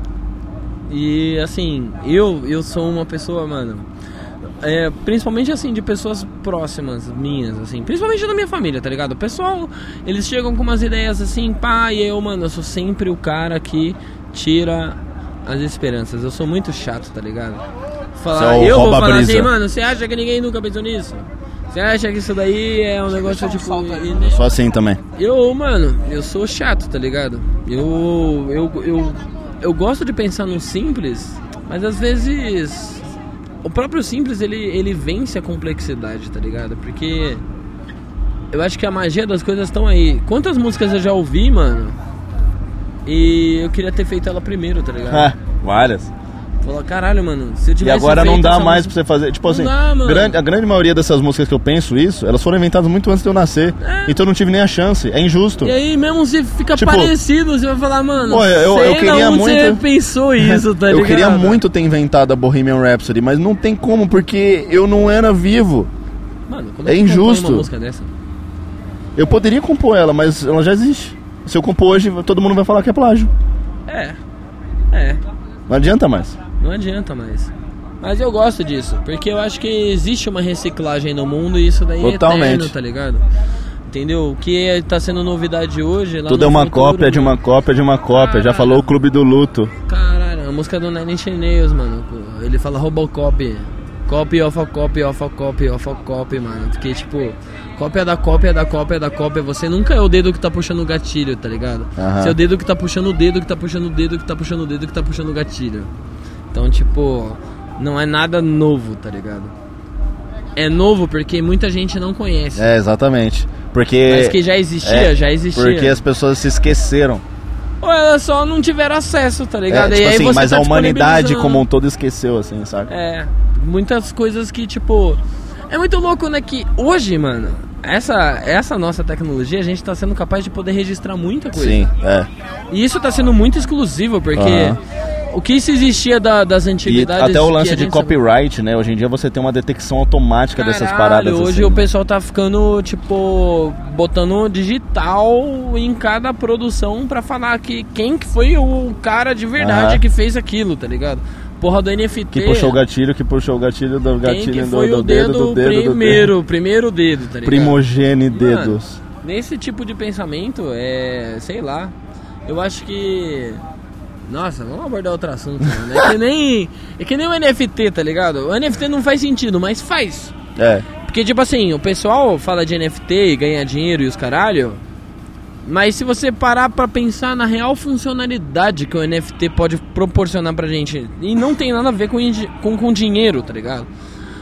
E assim, eu eu sou uma pessoa, mano. é, principalmente assim, de pessoas próximas minhas, assim, principalmente da minha família, tá ligado? O pessoal, eles chegam com umas ideias assim, pá, e eu, mano, eu sou sempre o cara que tira as esperanças. Eu sou muito chato, tá ligado? Falar, Você é o eu vou rouba-brisa. falar assim, mano, você acha que ninguém nunca pensou nisso? Você acha que isso daí é um negócio tipo. e- Só assim também. eu, mano, eu sou chato, tá ligado? Eu, eu, eu, eu gosto de pensar no simples, mas às vezes o próprio simples ele, ele vence a complexidade, tá ligado? Porque eu acho que a magia das coisas estão aí. Quantas músicas eu já ouvi, mano? E eu queria ter feito ela primeiro, tá ligado? Várias. Falar, caralho, mano, se É. eu E tivesse Ah. agora não feito dá essa mais pra música- você fazer. Tipo Não assim, dá, mano. grande- a grande maioria dessas músicas que eu penso isso, elas foram inventadas muito antes de eu nascer. Então eu não tive nem a chance. É injusto. E aí, mesmo se fica Tipo, parecido, você vai falar, mano, pô, eu- eu sei queria da onde você muito- pensou isso, tá ligado? Eu queria muito ter inventado a Bohemian Rhapsody, mas não tem como, porque eu não era vivo. Mano, como É que compõe injusto. Uma música dessa? Eu poderia compor ela, mas ela já existe. Se eu compor hoje, todo mundo vai falar que é plágio. É. É, Não adianta mais. não adianta mais. Mas eu gosto disso, porque eu acho que existe uma reciclagem no mundo e isso daí Totalmente. é eterno, tá ligado? Entendeu? O que tá sendo novidade hoje lá Tudo no é uma futuro, né? Ah. cópia de uma cópia de uma cópia. Já falou o Clube do Luto. Caralho, a música do Nine Inch Nails, mano. Ele fala Robocop. Copy of a copy of a copy of a copy, mano. Porque, tipo, cópia da cópia da cópia da cópia. Você nunca é o dedo que tá puxando o gatilho, tá ligado? Aham. Você é o dedo que tá puxando o dedo que tá puxando o dedo que tá puxando o dedo que tá puxando o gatilho. Então, tipo, não é nada novo, tá ligado? É novo porque muita gente não conhece. É, exatamente. Porque. Mas que já existia, é, já existia. Porque as pessoas se esqueceram. Ou elas só não tiveram acesso, tá ligado? É, E tipo aí assim, você mas tá a humanidade disponibilizando. como um todo esqueceu, assim, saca? É, muitas coisas que, tipo. É muito louco, né? Que hoje, mano, essa, essa nossa tecnologia, a gente tá sendo capaz de poder registrar muita coisa. Sim, é. E isso tá sendo muito exclusivo, porque Aham. o que isso existia da- das E antiguidades. até o que lance a de gente- copyright, né? Hoje em dia você tem uma detecção automática dessas Caralho, paradas. Hoje assim, o né? pessoal tá ficando, tipo, botando digital em cada produção pra falar que quem que foi o cara de verdade Aham. que fez aquilo, tá ligado? Porra do NFT. Que puxou o gatilho, que puxou o gatilho do Quem que gatilho do, foi do o dedo, dedo, do dedo, do dedo. primeiro, primeiro dedo, tá ligado? Primogene Mano, dedos. Nesse tipo de pensamento, é. sei lá. Eu acho que. Nossa, vamos abordar outro assunto, mano. É que nem. É que nem o NFT, tá ligado? O NFT não faz sentido, mas faz. É. Porque, tipo assim, o pessoal fala de NFT e ganha dinheiro e os caralho. Mas se você parar pra pensar na real funcionalidade que o NFT pode proporcionar pra gente, e não tem nada a ver com, ingi- com, com dinheiro, tá ligado?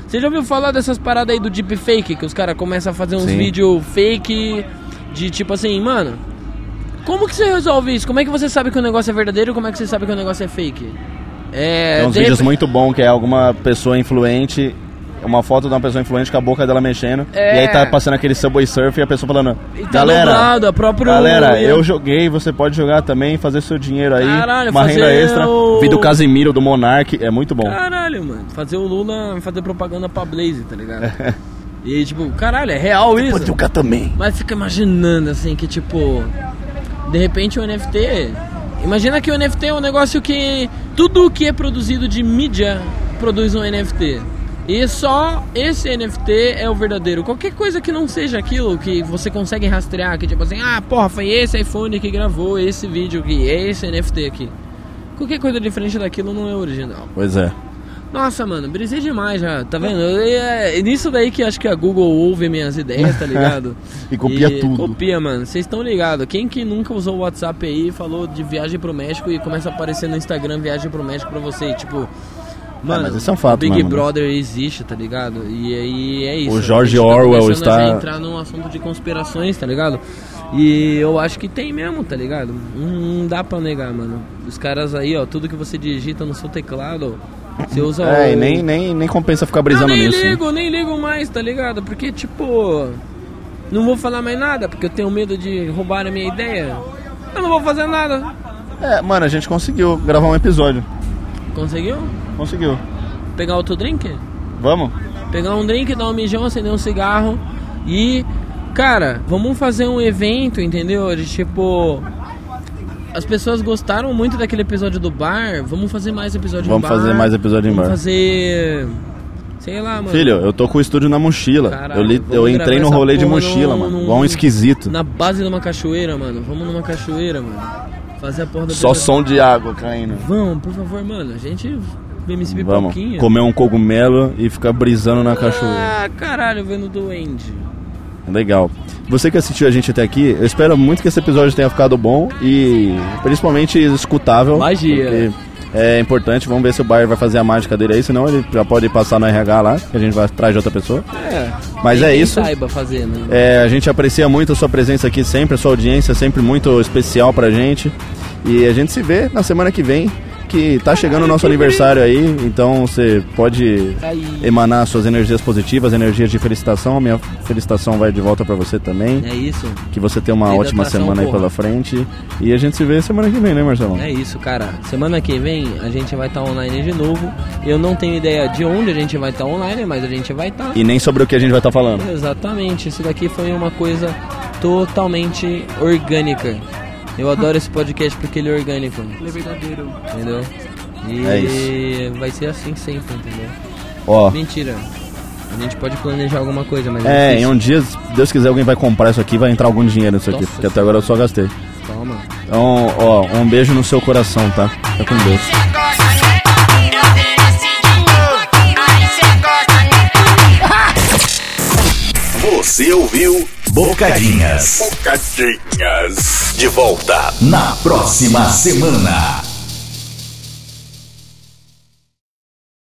Você já ouviu falar dessas paradas aí do deepfake, que os caras começam a fazer uns Sim. vídeos fake de tipo assim, mano, como que você resolve isso? Como é que você sabe que o negócio é verdadeiro e como é que você sabe que o negócio é fake? É, Tem uns de vídeos repe- muito bons que é alguma pessoa influente, uma foto de uma pessoa influente com a boca dela mexendo, É. e aí tá passando aquele Subway Surf e a pessoa falando, E tá galera, dublado, a próprio- galera, eu joguei, você pode jogar também, fazer seu dinheiro aí, Caralho, uma renda fazer extra, o- vi do Casimiro, do Monark, é muito bom. Caralho, mano. Fazer o Lula fazer propaganda pra Blaze, tá ligado? e tipo, caralho, é real isso? Pode jogar também. Mas fica imaginando assim que tipo. De repente o NFT. Imagina que o NFT é um negócio que. Tudo que é produzido de mídia produz um NFT. E só esse NFT é o verdadeiro. Qualquer coisa que não seja aquilo que você consegue rastrear, que tipo assim, ah, porra, foi esse iPhone que gravou esse vídeo aqui, é esse NFT aqui. Qualquer coisa diferente daquilo não é original. Pois é. Nossa, mano, brisei demais já, tá vendo? E é nisso daí que acho que a Google ouve minhas ideias, tá ligado? E copia tudo. Copia, mano. Vocês estão ligados. Quem que nunca usou o WhatsApp aí falou de viagem pro México e começa a aparecer no Instagram viagem pro México pra você e, tipo... Mano, mas isso é um fato o Big mesmo, né? Brother existe, tá ligado? E aí é isso. O George A gente Orwell começando está- a entrar num assunto de conspirações, tá ligado? E eu acho que tem mesmo, tá ligado? Não dá pra negar, mano. Os caras aí, ó, tudo que você digita no seu teclado, você usa É, o- e nem, nem, nem compensa ficar eu brisando nem nisso. né? ligo, nem ligo mais, tá ligado? Porque, tipo, não vou falar mais nada, porque eu tenho medo de roubar a minha ideia. Eu não vou fazer nada. É, mano, a gente conseguiu gravar um episódio. Conseguiu? Conseguiu. Pegar outro drink? Vamos? Pegar um drink, dar um mijão, acender um cigarro e. Cara, vamos fazer um evento, entendeu? De tipo. As pessoas gostaram muito daquele episódio do bar. Vamos fazer mais episódio Vamos em bar. fazer mais episódio em Vamos bar. fazer Sei lá, mano. Filho, eu tô com o estúdio na mochila. Caralho, eu, li- vamos eu entrei gravar no essa rolê de porra mochila, num- mano. num- Igual um esquisito. Na base de uma cachoeira, mano. Vamos numa cachoeira, mano. Fazer a porra da Só apresentação. som de água caindo. Vamos, por favor, mano. A gente vem me exibir Vamos pouquinho. comer um cogumelo e ficar brisando na cachoeira. Ah, caralho, vendo Duende. Ah. Legal. Você que assistiu a gente até aqui, eu espero muito que esse episódio tenha ficado bom e principalmente escutável. Magia. porque É importante, vamos ver se o Bayer vai fazer a mágica dele aí, senão ele já pode passar no RH lá, que a gente vai atrás de outra pessoa. É. Mas Quem é isso. saiba fazer, né? É, a gente aprecia muito a sua presença aqui sempre, a sua audiência é sempre muito especial pra gente. E a gente se vê na semana que vem, que tá chegando o nosso aniversário aí, então você pode Aí. emanar suas energias positivas, energias de felicitação. A minha felicitação vai de volta pra você também. É isso. Que você tenha uma Lei da ótima atração, semana aí porra. pela frente. E a gente se vê semana que vem, né, Marcelão? É isso, cara. Semana que vem a gente vai estar online de novo. Eu não tenho ideia de onde a gente vai estar online, mas a gente vai estar. E nem sobre o que a gente vai estar falando. Exatamente. Isso daqui foi uma coisa totalmente orgânica. Eu adoro esse podcast porque ele é orgânico, Ele é verdadeiro. entendeu? E É isso. vai ser assim sempre, entendeu? Ó. Mentira. A gente pode planejar alguma coisa, mas É, em difícil. um dia, se Deus quiser, alguém vai comprar isso aqui, vai entrar algum dinheiro nisso aqui, Nossa porque até agora eu só gastei. Calma. Então, ó, um beijo no seu coração, tá? Fica com Deus. Você ouviu Bocadinhas. Bocadinhas. De volta na próxima semana.